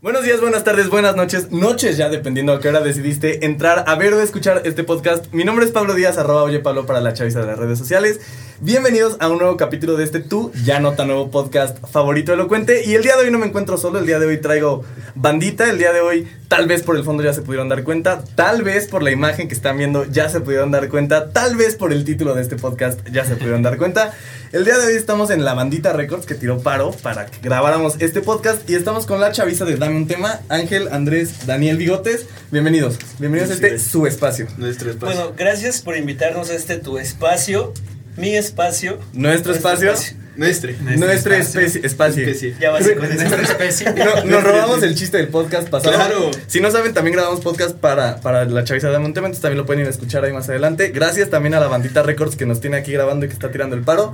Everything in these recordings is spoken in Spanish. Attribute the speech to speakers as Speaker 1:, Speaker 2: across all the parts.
Speaker 1: buenas tardes, buenas noches, noches ya, dependiendo a qué hora decidiste entrar a ver o escuchar este podcast. Mi nombre es Pablo Díaz, arroba Oye Pablo para la chaviza de las redes sociales. Bienvenidos a un nuevo capítulo de este tú, ya no tan nuevo podcast favorito elocuente. Y el día de hoy no me encuentro solo, el día de hoy traigo bandita, el día de hoy tal vez por el fondo ya se pudieron dar cuenta, tal vez por la imagen que están viendo ya se pudieron dar cuenta, tal vez por el título de este podcast ya se pudieron dar cuenta. El día de hoy estamos en la bandita Records que tiró paro para que grabáramos este podcast y estamos con la chaviza de Dame un tema, Ángel, Andrés, Daniel Bigotes. Bienvenidos, bienvenidos a este su espacio.
Speaker 2: Nuestro espacio.
Speaker 3: Bueno, gracias por invitarnos a este tu espacio, mi espacio.
Speaker 1: Nuestro espacio,
Speaker 2: Nuestro.
Speaker 1: nuestro especie, espacio.
Speaker 2: Especie.
Speaker 3: Ya vas con esta especie.
Speaker 1: No, nos robamos el chiste del podcast pasado.
Speaker 2: Claro.
Speaker 1: Si no saben, también grabamos podcast para, para la chaviza de Montema, entonces también lo pueden ir a escuchar ahí más adelante. Gracias también a la bandita Records que nos tiene aquí grabando y que está tirando el paro.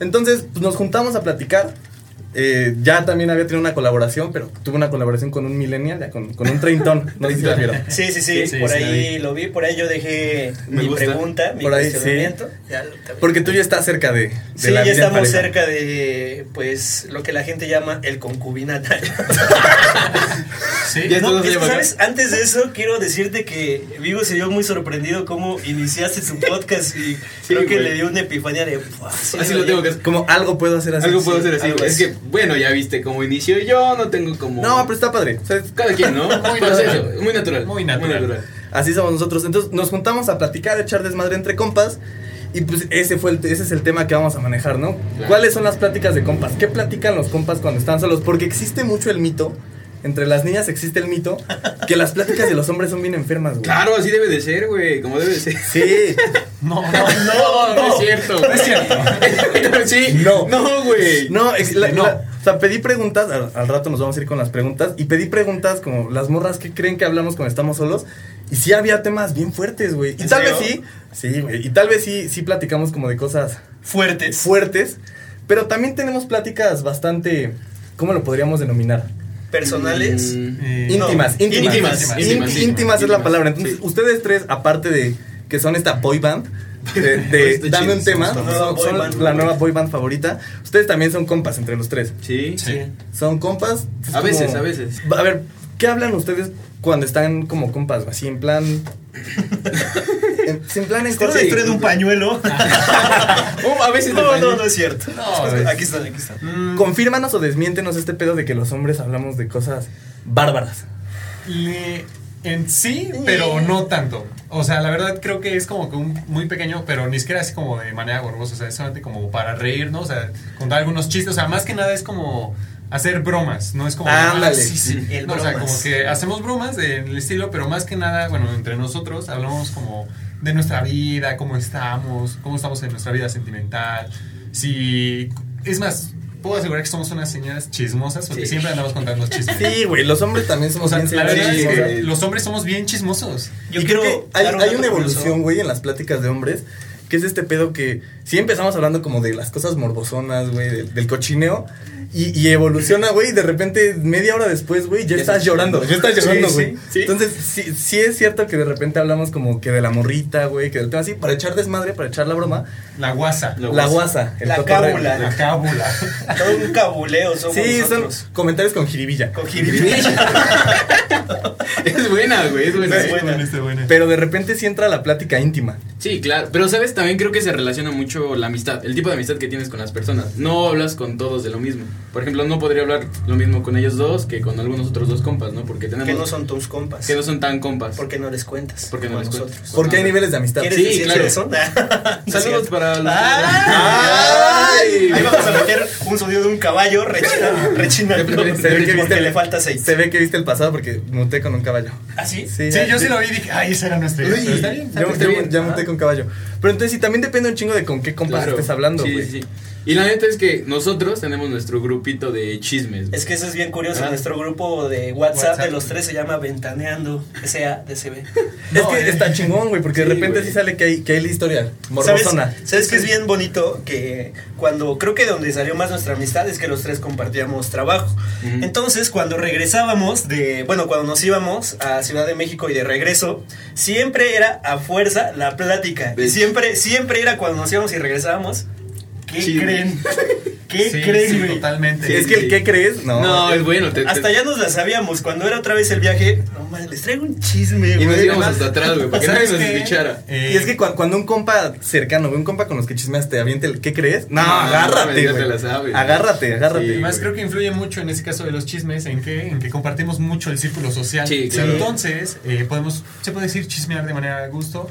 Speaker 1: Entonces, pues, nos juntamos a platicar. Eh, ya también había tenido una colaboración, pero tuve una colaboración con un millennial, ya con, con un treintón. No sé si la vieron.
Speaker 3: Sí, sí, sí,
Speaker 2: Sí, sí,
Speaker 3: por
Speaker 2: sí, la
Speaker 3: ahí lo vi, por ahí yo dejé
Speaker 2: Me
Speaker 3: mi
Speaker 2: gusta.
Speaker 3: pregunta, mi
Speaker 1: Por ahí, sí.
Speaker 3: cuestionamiento. Ya lo-
Speaker 1: Porque tú ya estás cerca de, de
Speaker 3: Sí,
Speaker 1: la
Speaker 3: ya
Speaker 1: vida en
Speaker 3: estamos
Speaker 1: pareja.
Speaker 3: cerca de, pues, lo que la gente llama el concubinatario.
Speaker 2: Ya esto
Speaker 3: No,
Speaker 2: no se
Speaker 3: es que,
Speaker 2: llama,
Speaker 3: ¿sabes? Antes de eso, quiero decirte que Vivo se vio muy sorprendido cómo iniciaste tu podcast y creo que
Speaker 2: güey.
Speaker 3: le dio una epifanía de... "Buah, sí
Speaker 2: Así
Speaker 3: debería".
Speaker 2: lo tengo que hacer.
Speaker 1: Como algo puedo hacer así.
Speaker 2: Algo puedo hacer
Speaker 3: algo
Speaker 2: así. Es
Speaker 3: así.
Speaker 2: que, bueno, ya viste cómo inicio yo, no tengo como.
Speaker 1: No, pues, pero está padre. O sea, es-
Speaker 2: Cada quien, ¿no?
Speaker 4: Muy
Speaker 2: Pero es
Speaker 4: natural.
Speaker 2: eso, Muy natural.
Speaker 4: Muy natural.
Speaker 1: Así somos nosotros. Entonces nos juntamos a platicar, a echar desmadre entre compas. Y pues ese, fue el, ese es el tema que vamos a manejar, ¿no?
Speaker 2: Claro.
Speaker 1: ¿Cuáles son las pláticas de compas? ¿Qué platican los compas cuando están solos? Porque existe mucho el mito. Entre las niñas existe el mito que las pláticas de los hombres son bien enfermas, güey.
Speaker 2: Claro, así debe de ser, güey. Como debe de ser.
Speaker 1: Sí.
Speaker 4: No, no,
Speaker 2: No,
Speaker 4: no,
Speaker 2: no es cierto.
Speaker 4: es cierto.
Speaker 2: sí.
Speaker 1: No.
Speaker 2: No, güey.
Speaker 1: No, ex-
Speaker 2: Este,
Speaker 1: la-
Speaker 4: No.
Speaker 1: la- o sea, pedí preguntas, al, al rato nos vamos a ir con las preguntas, y pedí preguntas como las morras que creen que hablamos cuando estamos solos, y sí había temas bien fuertes, güey. Y
Speaker 2: ¿En
Speaker 1: tal vez sí,
Speaker 2: serio?
Speaker 1: sí, güey, y tal vez sí, sí platicamos como de cosas
Speaker 3: Fuertes.
Speaker 1: este, fuertes, pero también tenemos pláticas bastante, ¿cómo lo podríamos denominar?
Speaker 3: Personales.
Speaker 2: Mm.
Speaker 4: Eh,
Speaker 1: Íntimas,
Speaker 3: no,
Speaker 1: íntimas,
Speaker 3: íntimas,
Speaker 1: íntimas,
Speaker 2: íntimas,
Speaker 1: íntimas es la
Speaker 2: íntimas,
Speaker 1: palabra. Entonces,
Speaker 2: sí.
Speaker 1: ustedes tres, aparte de que son esta boy band, de, de
Speaker 2: Está
Speaker 1: dame
Speaker 2: chido,
Speaker 1: un tema,
Speaker 2: somos
Speaker 3: la nueva
Speaker 1: son,
Speaker 3: boy
Speaker 1: son
Speaker 3: band.
Speaker 1: la nueva boy band favorita, ustedes también son compas entre los tres.
Speaker 2: Sí.
Speaker 4: Sí.
Speaker 1: Son compas. Es
Speaker 2: A veces, a veces.
Speaker 1: A ver, ¿qué hablan ustedes cuando están como compas? Así en plan. en, en plan en
Speaker 3: Creo
Speaker 1: corte.
Speaker 3: la historia de un pañuelo.
Speaker 2: Oh, a veces.
Speaker 3: No,
Speaker 2: te
Speaker 3: no, no es cierto.
Speaker 4: No,
Speaker 3: Es-
Speaker 4: es-
Speaker 3: aquí están, aquí están.
Speaker 4: Mm,
Speaker 1: Confírmanos o desmiéntenos este pedo de que los hombres hablamos de cosas bárbaras.
Speaker 4: le- en sí, pero no tanto. O sea, la verdad creo que es como que un muy pequeño, pero ni siquiera así como de manera gorbosa. O sea, es solamente como para reírnos, o sea, contar algunos chistes. O sea, más que nada es como hacer bromas, no es como.
Speaker 1: Ándale.
Speaker 4: ah, sí, sí.
Speaker 3: El
Speaker 4: No, o sea,
Speaker 3: bromas.
Speaker 4: como que hacemos bromas de- en el estilo, pero más que nada, bueno, entre nosotros hablamos como de nuestra vida, cómo estamos, cómo estamos en nuestra vida sentimental. Si. Es más. Puedo asegurar que somos unas señoras chismosas porque
Speaker 2: Sí.
Speaker 4: siempre andamos contando chismes.
Speaker 1: Sí, güey, los hombres también somos
Speaker 4: O sea,
Speaker 1: bien
Speaker 4: la verdad
Speaker 1: serios,
Speaker 4: es
Speaker 1: o sea,
Speaker 4: que los hombres somos bien chismosos.
Speaker 3: Yo
Speaker 1: y creo
Speaker 3: quiero
Speaker 1: que hay,
Speaker 3: dar un
Speaker 1: hay
Speaker 3: dato
Speaker 1: una
Speaker 3: curioso.
Speaker 1: evolución, güey, en las pláticas de hombres, que es este pedo que sí empezamos hablando como de las cosas morbosonas, güey, del, del cochineo, y, y evoluciona, güey, y de repente media hora después, güey, ya,
Speaker 2: Ya
Speaker 1: estás
Speaker 2: estás
Speaker 1: llorando, ya estás
Speaker 2: Sí,
Speaker 1: llorando,
Speaker 2: sí,
Speaker 1: güey.
Speaker 2: sí.
Speaker 1: Entonces, sí, sí es cierto que de repente hablamos como que de la morrita, güey, que del tema así, para echar desmadre, para echar la broma,
Speaker 4: La guasa,
Speaker 1: la
Speaker 2: La guasa.
Speaker 1: guasa, el
Speaker 3: La
Speaker 1: cotorreo.
Speaker 3: cábula.
Speaker 4: la cábula.
Speaker 3: Todo un cabuleo somos
Speaker 1: Sí, son
Speaker 3: nosotros.
Speaker 1: comentarios con jiribilla.
Speaker 3: Con jiribilla.
Speaker 2: Es buena, güey. Es buena.
Speaker 3: Es buena.
Speaker 4: Está buena.
Speaker 1: Pero de repente sí entra la plática íntima.
Speaker 2: Sí, claro, pero sabes, también creo que se relaciona mucho la amistad, el tipo de amistad que tienes con las personas. No hablas con todos de lo mismo. Por ejemplo, no podría hablar lo mismo con ellos dos que con algunos otros dos compas, ¿no? Porque tenemos
Speaker 3: Que no son tus compas.
Speaker 2: que no son tan compas.
Speaker 3: Porque no les cuentas.
Speaker 2: Porque no
Speaker 3: como
Speaker 2: les
Speaker 3: nosotros.
Speaker 2: cuentas.
Speaker 1: Porque hay niveles de amistad.
Speaker 3: Pues ¿Quieres
Speaker 2: Sí,
Speaker 3: decir
Speaker 2: claro.
Speaker 3: quiénes son? Ah, no es
Speaker 2: Saludos
Speaker 3: cierto.
Speaker 2: para los
Speaker 3: ¡Ay!
Speaker 1: ¡Ay!
Speaker 3: Ahí vamos a meter un sonido de un caballo rechina- rechinando.
Speaker 1: Se ve que viste
Speaker 3: Porque
Speaker 1: el-
Speaker 3: le falta ¿Ah, aceite.
Speaker 1: Se ve que viste el pasado porque muté con un caballo.
Speaker 3: ¿Así?
Speaker 4: Sí, yo sí lo vi y dije, ay, esa era nuestra idea.
Speaker 2: Uy.
Speaker 4: Pero está bien.
Speaker 1: Ya,
Speaker 2: Está
Speaker 1: ya-
Speaker 2: bien.
Speaker 1: ya
Speaker 2: Ajá.
Speaker 1: muté con caballo. Pero entonces sí, también depende un chingo de con qué compas
Speaker 2: Claro.
Speaker 1: estés hablando,
Speaker 2: Sí,
Speaker 1: güey.
Speaker 2: sí, sí. Y la neta es que nosotros tenemos nuestro grupito de chismes. güey.
Speaker 3: Es que eso es bien curioso.
Speaker 2: Ah.
Speaker 3: Nuestro grupo de WhatsApp,
Speaker 4: WhatsApp.
Speaker 3: de los tres se llama Ventaneando. S.A. DCB.
Speaker 1: Es
Speaker 4: No,
Speaker 1: que
Speaker 4: eh.
Speaker 1: está chingón, güey, porque de
Speaker 2: Sí,
Speaker 1: repente
Speaker 2: güey.
Speaker 1: sí sale que hay, que hay la historia
Speaker 3: ¿Sabes,
Speaker 1: morbosona.
Speaker 3: ¿Sabes que es bien bonito? Que cuando creo que donde salió más nuestra amistad es que los tres compartíamos trabajo.
Speaker 2: Ujú.
Speaker 3: Entonces, cuando regresábamos de, bueno, cuando nos íbamos a Ciudad de México y de regreso, siempre era a fuerza la plática. Y
Speaker 2: ¿Ves?
Speaker 3: siempre, siempre era cuando nos íbamos y regresábamos. ¿Qué
Speaker 2: Chisme.
Speaker 3: creen? ¿Qué
Speaker 4: Sí,
Speaker 3: crees,
Speaker 4: sí,
Speaker 3: güey?
Speaker 4: totalmente.
Speaker 1: es que el qué crees, no.
Speaker 2: No, es bueno. te- te-
Speaker 3: Hasta ya nos la sabíamos. Cuando era otra vez el viaje, no mames, les traigo un chisme,
Speaker 2: Y
Speaker 3: güey.
Speaker 2: nos íbamos
Speaker 3: Además,
Speaker 2: hasta atrás, güey, para que nadie nos
Speaker 4: ¿Sabes qué?
Speaker 2: escuchara.
Speaker 4: Eh,
Speaker 1: Y es que cua- cuando un compa cercano, güey, un compa con los que chismeas te avienta el ¿qué crees? No,
Speaker 2: No, mames,
Speaker 1: agárrate,
Speaker 2: ya te
Speaker 1: güey.
Speaker 2: la sabes.
Speaker 1: Agárrate, agárrate.
Speaker 2: Sí.
Speaker 4: Además, creo que influye mucho en ese caso de los chismes en que, en que compartimos mucho el círculo social.
Speaker 2: Sí, claro.
Speaker 4: Entonces, eh, podemos, se puede decir chismear de manera a gusto.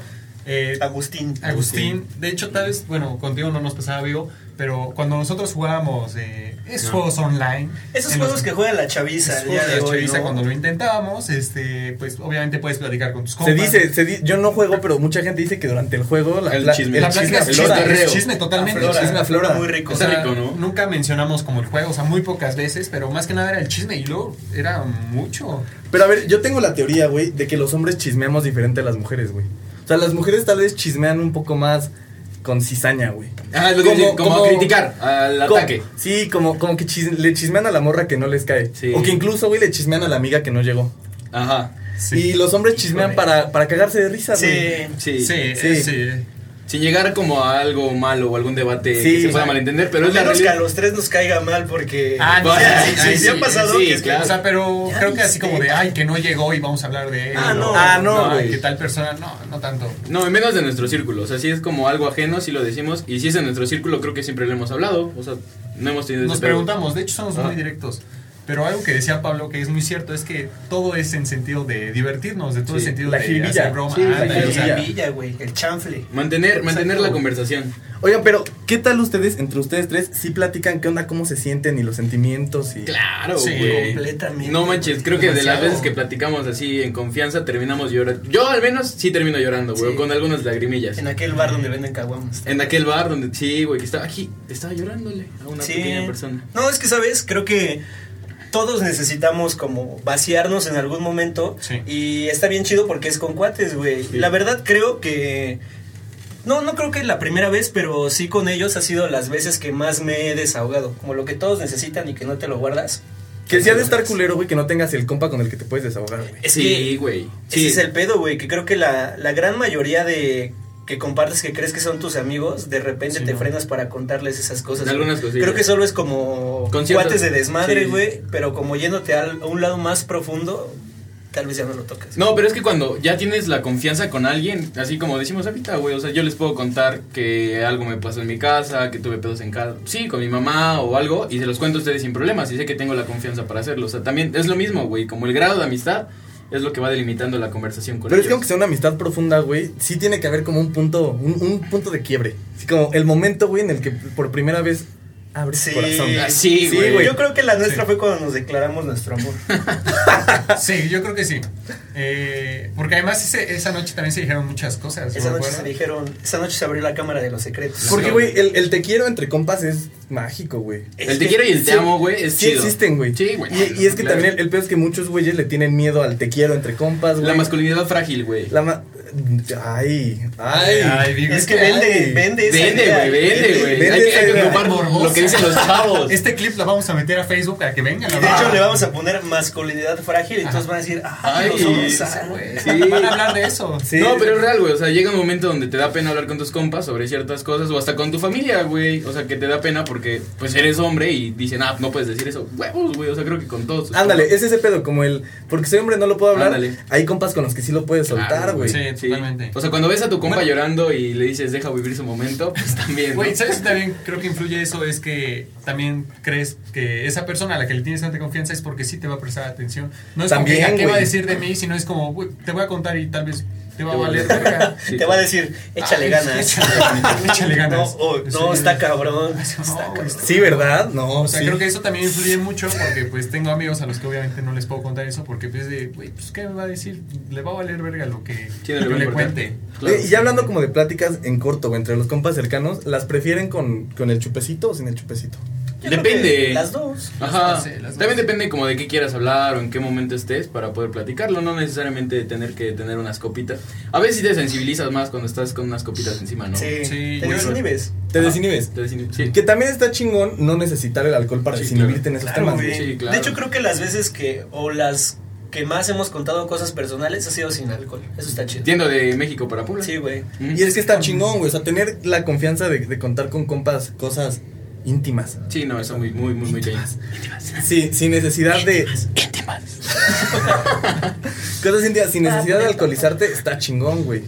Speaker 4: Eh,
Speaker 3: Agustín.
Speaker 4: Agustín, de hecho, tal vez, bueno, contigo no nos pasaba vivo, pero cuando nosotros jugábamos eh, esos juegos online.
Speaker 3: Esos
Speaker 4: en
Speaker 3: juegos
Speaker 4: los-
Speaker 3: que juega la chaviza
Speaker 4: esos
Speaker 3: el día
Speaker 4: juegos Pues, de
Speaker 3: de
Speaker 4: la
Speaker 3: hoy.
Speaker 4: chaviza,
Speaker 3: ¿no?
Speaker 4: cuando lo intentábamos, este, pues obviamente puedes platicar con tus
Speaker 1: Se
Speaker 4: compas.
Speaker 1: dice, se di- yo no juego, pero mucha gente dice que durante el juego la,
Speaker 2: El
Speaker 1: la-
Speaker 2: chisme.
Speaker 1: el
Speaker 4: La plática
Speaker 1: chisme
Speaker 2: el
Speaker 4: es chisme,
Speaker 1: aflora.
Speaker 2: cotorreo.
Speaker 4: es chisme totalmente.
Speaker 1: Aflora.
Speaker 4: el chisme aflora.
Speaker 3: Muy rico.
Speaker 4: O sea,
Speaker 2: Está rico, ¿no?
Speaker 4: Nunca mencionamos como el juego, o sea, muy pocas veces, pero más que nada era el chisme y luego era mucho.
Speaker 1: Pero a ver, yo tengo la teoría, güey, de que los hombres chismeamos diferente a las mujeres, güey. O sea, las mujeres tal vez chismean un poco más con cizaña, güey.
Speaker 2: Ah, lo que
Speaker 1: Como-
Speaker 2: dice, como,
Speaker 1: como-
Speaker 2: criticar al
Speaker 1: Como-
Speaker 2: ataque.
Speaker 1: Sí, como, como que chis- le chismean a la morra que no les cae.
Speaker 2: Sí.
Speaker 1: O que incluso, güey, le chismean a la amiga que no llegó.
Speaker 2: Ajá.
Speaker 1: Y los hombres chismean para, para cagarse de risa,
Speaker 3: Sí.
Speaker 1: güey.
Speaker 2: Sí.
Speaker 4: Sí, sí.
Speaker 1: Sí.
Speaker 4: sí.
Speaker 2: Sin llegar como a algo malo o algún debate
Speaker 1: Sí,
Speaker 2: que se
Speaker 1: o
Speaker 2: pueda
Speaker 1: sea,
Speaker 2: malentender, pero
Speaker 3: Pero
Speaker 2: es la
Speaker 3: menos que a
Speaker 2: realidad.
Speaker 3: los tres nos caiga mal porque.
Speaker 4: Ah, no,
Speaker 3: Sí,
Speaker 4: sí,
Speaker 3: sí,
Speaker 4: sí,
Speaker 3: sí, ha
Speaker 2: sí,
Speaker 3: pasado
Speaker 2: sí,
Speaker 3: que es
Speaker 2: claro.
Speaker 4: O sea, pero
Speaker 3: Ya
Speaker 4: creo que así
Speaker 3: viste.
Speaker 4: como de, ay, que no llegó y vamos a hablar de él.
Speaker 3: Ah,
Speaker 4: o-
Speaker 3: no.
Speaker 1: Ah, no,
Speaker 4: ay,
Speaker 1: güey.
Speaker 4: que tal persona, no, no tanto.
Speaker 2: No, y menos de nuestro círculo. O sea, si es como algo ajeno, si lo decimos. Y si es en nuestro círculo, creo que siempre lo hemos hablado. O sea, no hemos tenido
Speaker 4: Nos
Speaker 2: ese pedo.
Speaker 4: preguntamos, de hecho somos
Speaker 2: Ah.
Speaker 4: muy directos. Pero algo que decía Pablo que es muy cierto es que todo es en sentido de divertirnos, de todo
Speaker 2: Sí.
Speaker 4: es sentido
Speaker 1: La
Speaker 4: de
Speaker 1: jiribilla.
Speaker 4: hacer broma.
Speaker 1: Sí, la
Speaker 4: ándale, o sea,
Speaker 3: el
Speaker 1: jiribilla.
Speaker 3: Villa, güey. El chanfle.
Speaker 2: Mantener, mantener la conversación.
Speaker 1: Oigan, pero ¿qué tal ustedes, entre ustedes tres, sí platican qué onda, cómo se sienten y los sentimientos y...
Speaker 2: Claro,
Speaker 4: Sí,
Speaker 2: güey.
Speaker 3: completamente.
Speaker 2: No manches, creo que de las
Speaker 4: Demasiado.
Speaker 2: veces que platicamos así en confianza terminamos llorando. Yo al menos sí termino llorando, güey,
Speaker 3: Sí.
Speaker 2: con algunas lagrimillas.
Speaker 3: En aquel bar donde venden caguamas.
Speaker 2: En aquel bar donde sí, güey, que estaba aquí, estaba llorándole a una
Speaker 3: Sí.
Speaker 2: pequeña persona.
Speaker 3: No, es que, ¿sabes? Creo que todos necesitamos como vaciarnos en algún momento.
Speaker 4: Sí.
Speaker 3: Y está bien chido porque es con cuates, güey.
Speaker 2: Sí.
Speaker 3: La verdad creo que... No, no creo que la primera vez, pero sí con ellos ha sido las veces que más me he desahogado. Como lo que todos necesitan y que no te lo guardas.
Speaker 1: Que si ha de estar culero, güey, que no tengas el compa con el que te puedes desahogar, güey.
Speaker 3: Es
Speaker 2: sí,
Speaker 3: que
Speaker 2: güey.
Speaker 3: ese
Speaker 2: Sí.
Speaker 3: es el pedo, güey. Que creo que la, la gran mayoría de que compartes que crees que son tus amigos, de repente
Speaker 4: Sí,
Speaker 3: te
Speaker 4: no.
Speaker 3: frenas para contarles esas cosas.
Speaker 2: De algunas
Speaker 3: güey.
Speaker 2: cosillas.
Speaker 3: Creo que solo es como
Speaker 2: Con ciertas-
Speaker 3: cuates de desmadre,
Speaker 2: sí.
Speaker 3: güey. Pero como yéndote al- a un lado más profundo, tal vez ya no lo tocas.
Speaker 2: No, pero es que cuando ya tienes la confianza con alguien, así como decimos ahorita, güey, o sea, yo les puedo contar que algo me pasó en mi casa, que tuve pedos en casa, sí, con mi mamá o algo, y se los cuento a ustedes sin problemas, y sé que tengo la confianza para hacerlo, o sea, también es lo mismo, güey, como el grado de amistad es lo que va delimitando la conversación con
Speaker 1: Pero es que
Speaker 2: ellos.
Speaker 1: aunque sea una amistad profunda, güey, sí tiene que haber como un punto, un, un punto de quiebre. Así como el momento, güey, en el que por primera vez abres
Speaker 3: Sí.
Speaker 1: tu corazón.
Speaker 2: Ah, sí,
Speaker 1: Sí,
Speaker 2: güey.
Speaker 1: güey.
Speaker 3: Yo creo que la nuestra fue cuando nos declaramos nuestro amor.
Speaker 4: Sí, yo creo que sí. Eh, porque además ese- esa noche también se dijeron muchas cosas. yo
Speaker 3: esa
Speaker 4: me
Speaker 3: noche
Speaker 4: acuerdo.
Speaker 3: se dijeron, esa noche se abrió la cámara de los secretos.
Speaker 1: Porque,
Speaker 2: Sí.
Speaker 1: güey, el, el te quiero entre compas es mágico, güey.
Speaker 3: Es
Speaker 2: el te
Speaker 3: que-
Speaker 2: quiero y el te
Speaker 1: sí,
Speaker 2: amo, güey, es
Speaker 1: Sí
Speaker 2: chido.
Speaker 1: existen, güey.
Speaker 2: Sí, güey.
Speaker 1: Y, y es que
Speaker 2: Claro.
Speaker 1: también el, el peor es que muchos güeyes le tienen miedo al te quiero entre compas, güey.
Speaker 2: la masculinidad frágil, güey.
Speaker 1: La ma- Ay, ay.
Speaker 4: Ay, digo,
Speaker 3: Es que vende,
Speaker 1: Ay.
Speaker 3: vende. esa
Speaker 2: Vende,
Speaker 3: idea.
Speaker 2: güey, vende, güey.
Speaker 1: Vende
Speaker 2: Hay que,
Speaker 1: esa
Speaker 2: hay que
Speaker 1: idea.
Speaker 2: ocupar lo que dicen los chavos.
Speaker 4: Este clip lo vamos a meter a Facebook para que vengan.
Speaker 3: Y de hecho le vamos a poner masculinidad frágil y todos van a decir, ay, los hombres, ah, güey".
Speaker 2: sí.
Speaker 4: Van a hablar de eso.
Speaker 1: Sí.
Speaker 2: No, pero es real, güey. O sea, llega un momento donde te da pena hablar con tus compas sobre ciertas cosas o hasta con tu familia, güey. O sea, que te da pena porque, pues, eres hombre y dicen, ah, no puedes decir eso. Huevos, güey. O sea, creo que con todos. tus
Speaker 1: Pues, Ándale,
Speaker 2: compas.
Speaker 1: es ese pedo, como el. Porque soy hombre, no lo puedo hablar.
Speaker 2: Ándale.
Speaker 1: Hay compas con los que sí lo puedes soltar,
Speaker 2: Claro,
Speaker 1: güey.
Speaker 4: Sí,
Speaker 2: Ah, Sí.
Speaker 4: totalmente.
Speaker 2: O sea, cuando ves a tu compa llorando y le dices, deja vivir su momento, pues también. ¿no?
Speaker 4: Güey, ¿sabes? También creo que influye eso, es que también crees que esa persona a la que le tienes tanta confianza es porque sí te va a prestar atención. No es
Speaker 1: También,
Speaker 4: como que, "Ah, ¿qué
Speaker 1: güey.
Speaker 4: va a decir de mí? Sino es como, "Güey, te voy a contar y tal vez te va a
Speaker 2: Te voy a
Speaker 4: valer.
Speaker 2: valer.
Speaker 4: verga".
Speaker 2: Sí.
Speaker 3: Te va a decir, échale
Speaker 4: Ay,
Speaker 3: ganas.
Speaker 4: Échale ganas. échale
Speaker 3: No,
Speaker 4: ganas.
Speaker 3: oh, no,
Speaker 4: Sí.
Speaker 3: está cabrón.
Speaker 4: No,
Speaker 3: Está
Speaker 4: güey,
Speaker 3: cabrón.
Speaker 4: está-
Speaker 1: Sí, ¿verdad? No,
Speaker 4: O sea,
Speaker 1: sí.
Speaker 4: creo que eso también influye mucho porque pues tengo amigos a los que obviamente no les puedo contar eso porque pues de, güey, pues ¿qué me va a decir? Le va a valer verga lo que
Speaker 2: Sí, no
Speaker 4: lo
Speaker 2: le
Speaker 4: que
Speaker 2: va a
Speaker 4: le
Speaker 2: importar.
Speaker 4: cuente.
Speaker 2: Claro.
Speaker 1: Eh, y ya hablando como de pláticas en corto, güey, entre los compas cercanos, ¿las prefieren con, con el chupecito o sin el chupecito?
Speaker 3: Yo creo
Speaker 2: Depende.
Speaker 3: que Las dos.
Speaker 2: Ajá.
Speaker 4: Las doce, las doce.
Speaker 2: También depende como de qué quieras hablar o en qué momento estés para poder platicarlo, no necesariamente tener que tener unas copitas. A veces sí te sensibilizas más cuando estás con unas copitas encima, ¿no?
Speaker 3: Sí.
Speaker 4: Sí,
Speaker 3: te
Speaker 4: yo-
Speaker 3: desinhibes.
Speaker 1: Te
Speaker 2: Ajá.
Speaker 1: desinhibes.
Speaker 2: Te desinhibes, sí.
Speaker 1: Que también está chingón no necesitar el alcohol para
Speaker 2: Sí,
Speaker 1: desinhibirte en esos
Speaker 3: Claro,
Speaker 1: temas,
Speaker 3: güey.
Speaker 1: güey.
Speaker 2: Sí, claro.
Speaker 3: De hecho, creo que las veces que, o las que más hemos contado cosas personales ha sido sin alcohol. Eso está chido.
Speaker 2: Entiendo de México para Puebla.
Speaker 3: Sí, güey.
Speaker 2: Mm.
Speaker 1: Y es que está chingón, güey. O sea, tener la confianza de, de contar con compas cosas íntimas.
Speaker 2: Sí, no, está muy, muy, muy, muy cañón.
Speaker 1: Sí, sin necesidad de. Cosas íntimas, sin necesidad de alcoholizarte, está chingón, güey.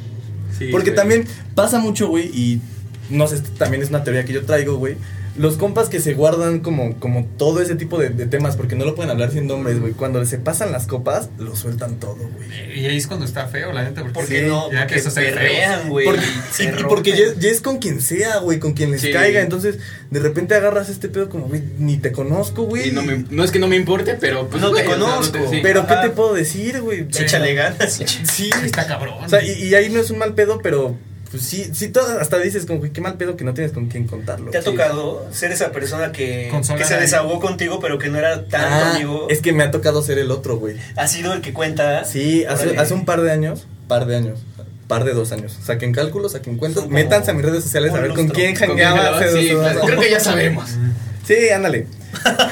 Speaker 2: Sí,
Speaker 1: Porque
Speaker 2: güey.
Speaker 1: también pasa mucho, güey, y no sé, esto también es una teoría que yo traigo, güey. Los compas que se guardan como, como todo ese tipo de, de temas, porque no lo pueden hablar siendo hombres, güey. Cuando se pasan las copas, lo sueltan todo, güey.
Speaker 4: Y ahí es cuando está feo, la neta. Porque
Speaker 3: ¿Por
Speaker 1: Sí,
Speaker 4: sí,
Speaker 3: qué no?
Speaker 4: Ya que
Speaker 3: Porque
Speaker 4: eso se feo.
Speaker 3: perrean, güey.
Speaker 1: Porque-
Speaker 3: se
Speaker 1: y- y
Speaker 3: rompen.
Speaker 1: porque ya, ya es con quien sea, güey, con quien les
Speaker 2: Sí.
Speaker 1: caiga. Entonces, de repente agarras este pedo como, güey, ni te conozco, güey.
Speaker 2: Sí, no, me- no es que no me importe, pero pues,
Speaker 3: No te
Speaker 2: güey, o sea,
Speaker 3: conozco.
Speaker 2: sí.
Speaker 1: Pero, ¿qué
Speaker 3: Ajá.
Speaker 1: te puedo decir, güey?
Speaker 4: Sí.
Speaker 3: Échale ganas.
Speaker 1: Sí.
Speaker 4: Está cabrón.
Speaker 1: O sea, y, y ahí no es un mal pedo, pero pues sí, sí, todo- hasta dices como, güey, qué mal pedo que no tienes con quién contarlo.
Speaker 3: ¿Te ha tocado ser esa persona que,
Speaker 4: Consolar
Speaker 3: que
Speaker 4: a
Speaker 3: se
Speaker 4: alguien.
Speaker 3: desahogó contigo, pero que no era tan
Speaker 1: Ah,
Speaker 3: amigo?
Speaker 1: Es que me ha tocado ser el otro, güey.
Speaker 3: ¿Ha sido el que cuenta?
Speaker 1: Sí, hace,
Speaker 3: Órale.
Speaker 1: hace un par de años, par de años, par de dos años. Saquen cálculos, saquen cuentas,
Speaker 3: Son como
Speaker 1: métanse a mis redes sociales a
Speaker 3: un
Speaker 1: ver con
Speaker 3: lustro.
Speaker 1: quién
Speaker 2: ¿Con quién
Speaker 1: jangueaba
Speaker 2: jalabas?
Speaker 1: hace
Speaker 2: Sí,
Speaker 1: dos
Speaker 2: claro,
Speaker 1: años.
Speaker 2: creo que ya sabemos.
Speaker 1: Sí, ándale.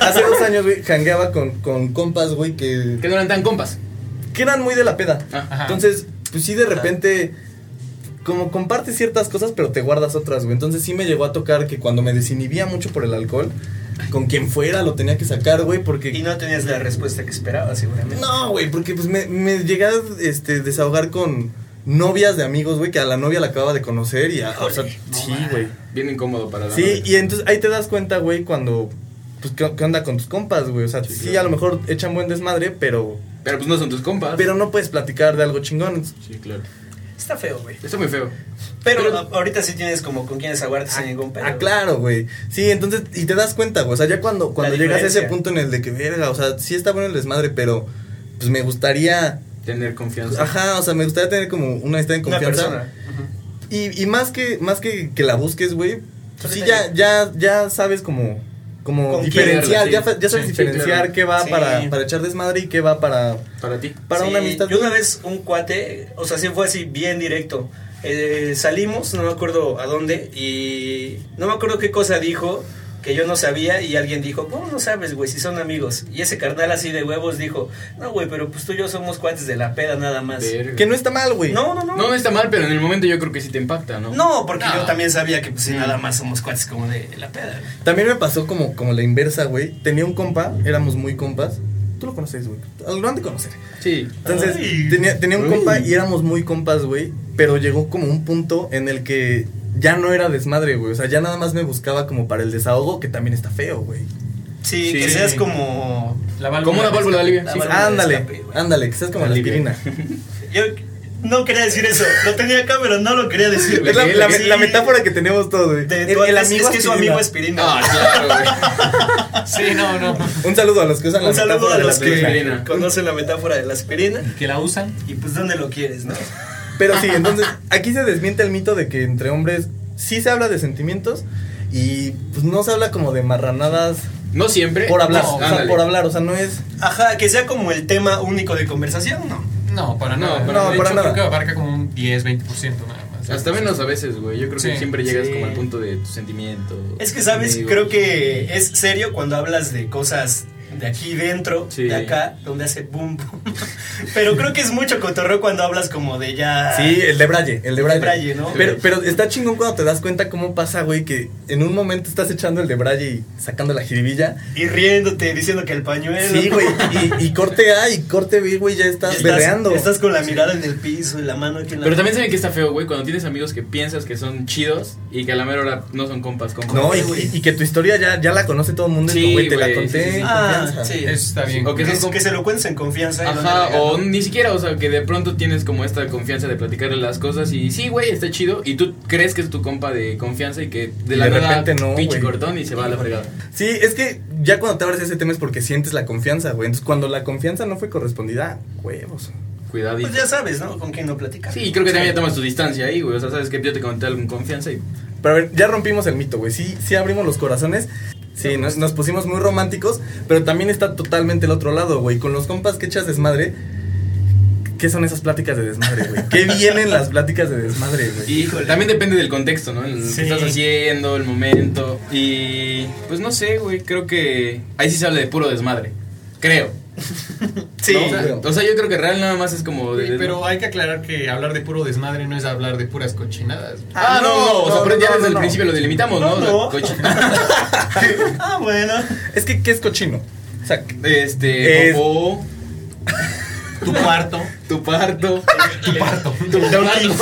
Speaker 1: Hace dos años, güey, jangueaba con, con compas, güey, que,
Speaker 2: Que no eran tan compas.
Speaker 1: que eran muy de la peda.
Speaker 2: Ah,
Speaker 4: Ajá.
Speaker 1: Entonces, pues sí, de repente, como compartes ciertas cosas, pero te guardas otras, güey. Entonces sí me llegó a tocar que cuando me desinhibía mucho por el alcohol, con quien fuera lo tenía que sacar, güey, porque...
Speaker 3: Y no tenías la respuesta que esperabas, seguramente.
Speaker 1: No, güey, porque pues me, me llegué a este, desahogar con novias de amigos, güey, que a la novia la acababa de conocer y a, o sea, sí, güey.
Speaker 2: Bien incómodo para la
Speaker 1: Sí,
Speaker 2: novia.
Speaker 1: y entonces ahí te das cuenta, güey, cuando pues qué, qué onda con tus compas, güey, o sea, sí,
Speaker 2: Sí, claro.
Speaker 1: a lo mejor echan buen desmadre, pero
Speaker 2: Pero pues no son tus compas.
Speaker 1: pero no puedes platicar de algo chingón.
Speaker 2: Sí, claro.
Speaker 3: Está feo, güey.
Speaker 2: Está muy feo.
Speaker 3: Pero,
Speaker 2: Pero-
Speaker 3: a- ahorita sí tienes como con quién desahogarte sin ningún pedo.
Speaker 1: Ah, claro, güey. Sí, entonces y te das cuenta, güey, o sea, ya cuando cuando
Speaker 3: La
Speaker 1: llegas a ese
Speaker 3: diferencia.
Speaker 1: punto en el de que verga, o sea, sí está bueno el desmadre, pero pues me gustaría,
Speaker 2: Tener confianza.
Speaker 1: ajá, o sea, me gustaría tener como una amistad en
Speaker 3: Una
Speaker 1: confianza.
Speaker 3: persona. Ujú.
Speaker 1: Y, y más que más que, que la busques, güey, pues sí
Speaker 3: Ahorita
Speaker 1: ya, ya, ya sabes como, como
Speaker 3: Con quién
Speaker 1: diferenciar,
Speaker 2: verla,
Speaker 1: ya,
Speaker 2: sí.
Speaker 1: fa- ya sabes
Speaker 2: Sí, sí,
Speaker 1: diferenciar
Speaker 2: claro.
Speaker 1: qué va
Speaker 3: Sí.
Speaker 1: para, para echar desmadre y qué va para,
Speaker 2: Para ti.
Speaker 1: para
Speaker 3: Sí,
Speaker 1: una amistad.
Speaker 3: Yo una vez un cuate, o sea, sí fue así bien directo. Eh, salimos, no me acuerdo a dónde, y no me acuerdo qué cosa dijo que yo no sabía y alguien dijo, ¿cómo no sabes, güey, si son amigos? Y ese carnal así de huevos dijo, no, güey, pero pues tú y yo somos cuates de la peda nada más.
Speaker 2: Verga.
Speaker 1: Que no está mal, güey.
Speaker 3: No, no, no.
Speaker 2: No, no está mal, pero en el momento yo creo que sí te impacta, ¿no?
Speaker 3: No, porque
Speaker 4: No.
Speaker 3: yo también sabía que pues sí,
Speaker 2: Mm.
Speaker 3: nada más somos cuates como de la peda. güey.
Speaker 1: También me pasó como, como la inversa, güey. Tenía un compa, éramos muy compas. Tú lo conoces, güey. Lo han de conocer.
Speaker 2: Sí.
Speaker 1: Entonces,
Speaker 4: Ay.
Speaker 1: tenía, tenía un
Speaker 2: Uy.
Speaker 1: compa y éramos muy compas, güey. Pero llegó como un punto en el que ya no era desmadre, güey. O sea, ya nada más me buscaba como para el desahogo, que también está feo, güey.
Speaker 2: Sí.
Speaker 3: Sí, que seas como...
Speaker 4: La
Speaker 2: Como una válvula de alivio.
Speaker 3: La
Speaker 2: Sí.
Speaker 3: válvula de
Speaker 1: Ándale,
Speaker 3: escape, güey.
Speaker 1: ándale, que seas como la
Speaker 2: Alivio.
Speaker 1: aspirina.
Speaker 3: Yo no quería decir eso. Lo tenía acá, pero no lo quería decir.
Speaker 1: Es la,
Speaker 2: Sí.
Speaker 1: la- la metáfora que tenemos todos, güey.
Speaker 3: de tu- es- es que su amigo es
Speaker 2: Ah,
Speaker 3: pirina.
Speaker 2: claro, güey.
Speaker 4: Sí, no, no.
Speaker 1: Un saludo a los que usan la
Speaker 3: Un saludo
Speaker 1: metáfora
Speaker 3: a
Speaker 1: de la
Speaker 3: los que
Speaker 1: aspirina.
Speaker 2: aspirina.
Speaker 3: conocen la metáfora de la aspirina.
Speaker 4: Que la usan.
Speaker 3: Y pues, ¿dónde lo quieres, no?
Speaker 1: Pero sí, entonces aquí se desmiente el mito de que entre hombres sí se habla de sentimientos y pues no se habla como de marranadas
Speaker 2: No
Speaker 3: Eh,
Speaker 2: siempre.
Speaker 1: por hablar,
Speaker 4: no,
Speaker 1: o sea,
Speaker 2: Ándale.
Speaker 1: por hablar, o sea, no es
Speaker 3: Ajá, que sea como el tema único de conversación, ¿no?
Speaker 4: No, para
Speaker 2: No,
Speaker 4: nada.
Speaker 2: para
Speaker 1: nada.
Speaker 4: De hecho,
Speaker 1: No, para
Speaker 4: Creo que
Speaker 1: nada.
Speaker 4: abarca como un 10, 20% nada más.
Speaker 2: Hasta menos a veces, güey. Yo creo que
Speaker 4: Sí.
Speaker 2: siempre llegas
Speaker 3: Sí.
Speaker 2: como al punto de tus sentimientos.
Speaker 3: Es que, ¿sabes?
Speaker 2: amigos.
Speaker 3: Creo que es serio cuando hablas de cosas de aquí dentro,
Speaker 2: Sí.
Speaker 3: de acá, donde hace boom, boom. Pero creo que es mucho cotorreo cuando hablas como de ya...
Speaker 1: sí, el de Braille, el de Braille.
Speaker 3: Ah. Braille, ¿no?
Speaker 1: Pero pero está chingón cuando te das cuenta cómo pasa, güey, que en un momento estás echando el de Braille y sacando la jiribilla.
Speaker 3: Y riéndote, diciendo que el pañuelo...
Speaker 1: Sí, güey, y, y corte A y corte B, güey, ya estás, berreando.
Speaker 3: Estás con la mirada en el piso y la mano aquí en la
Speaker 2: Pero también saben que está feo, güey, cuando tienes amigos que piensas que son chidos y que a la mera hora no son compas, compas.
Speaker 1: No, y, y- y que tu historia ya, ya la conoce todo el mundo y
Speaker 2: Sí,
Speaker 1: como, güey, te la
Speaker 2: güey,
Speaker 1: conté.
Speaker 2: sí, sí, sí.
Speaker 1: en
Speaker 3: Ah,
Speaker 1: confianza.
Speaker 3: sí.
Speaker 4: Eso está bien.
Speaker 2: O que
Speaker 3: que,
Speaker 2: son
Speaker 3: es-
Speaker 2: comp-
Speaker 3: que se lo cuentes en confianza. y no en
Speaker 2: Ajá,
Speaker 3: el
Speaker 2: o
Speaker 3: regalo.
Speaker 2: ni siquiera, o sea, que de pronto tienes como esta confianza de platicarle las cosas y sí, güey, está chido. Y tú crees que es tu compa de confianza y que de
Speaker 1: Y
Speaker 2: la
Speaker 1: de
Speaker 2: nada,
Speaker 1: repente no,
Speaker 2: pinche
Speaker 1: güey.
Speaker 2: cortón y se va a la fregada.
Speaker 1: Sí, es que ya cuando te abres ese tema es porque sientes la confianza, güey. Entonces, cuando la confianza no fue correspondida, huevos.
Speaker 2: Cuidadito.
Speaker 3: Pues ya sabes, ¿no? Con quién no platicar.
Speaker 2: Sí, creo que también ya tomas tu distancia ahí, güey. O sea, sabes que yo te conté algo en confianza y
Speaker 1: Pero a ver, ya rompimos el mito, güey. Sí, sí abrimos los corazones. Sí,
Speaker 2: pues.
Speaker 1: nos, nos pusimos muy románticos, pero también está totalmente el otro lado, güey. Con los compas que echas desmadre, ¿qué son esas pláticas de desmadre, güey? ¿Qué vienen las pláticas de desmadre, güey?
Speaker 2: Y
Speaker 3: Híjole.
Speaker 2: también depende del contexto, ¿no? El
Speaker 3: Sí.
Speaker 2: que estás haciendo, el momento. Y pues no sé, güey, creo que ahí sí se habla de puro desmadre. Creo.
Speaker 3: Sí.
Speaker 2: ¿no? O sea, o sea, yo creo que real nada más es como. de-
Speaker 4: Güey, Pero hay que aclarar que hablar de puro desmadre no es hablar de puras cochinadas.
Speaker 2: Ah, no, no, o sea,
Speaker 1: no,
Speaker 2: pero ya
Speaker 1: no,
Speaker 2: desde el
Speaker 1: no.
Speaker 2: principio lo delimitamos, ¿no?
Speaker 3: No,
Speaker 2: O sea,
Speaker 3: no.
Speaker 2: cochi-
Speaker 3: ah, bueno.
Speaker 1: Es que, ¿qué es cochino? O sea,
Speaker 2: este,
Speaker 1: Es-
Speaker 2: popó,
Speaker 4: Tu cuarto.
Speaker 2: tu parto.
Speaker 4: Tu parto.
Speaker 2: Tu parto.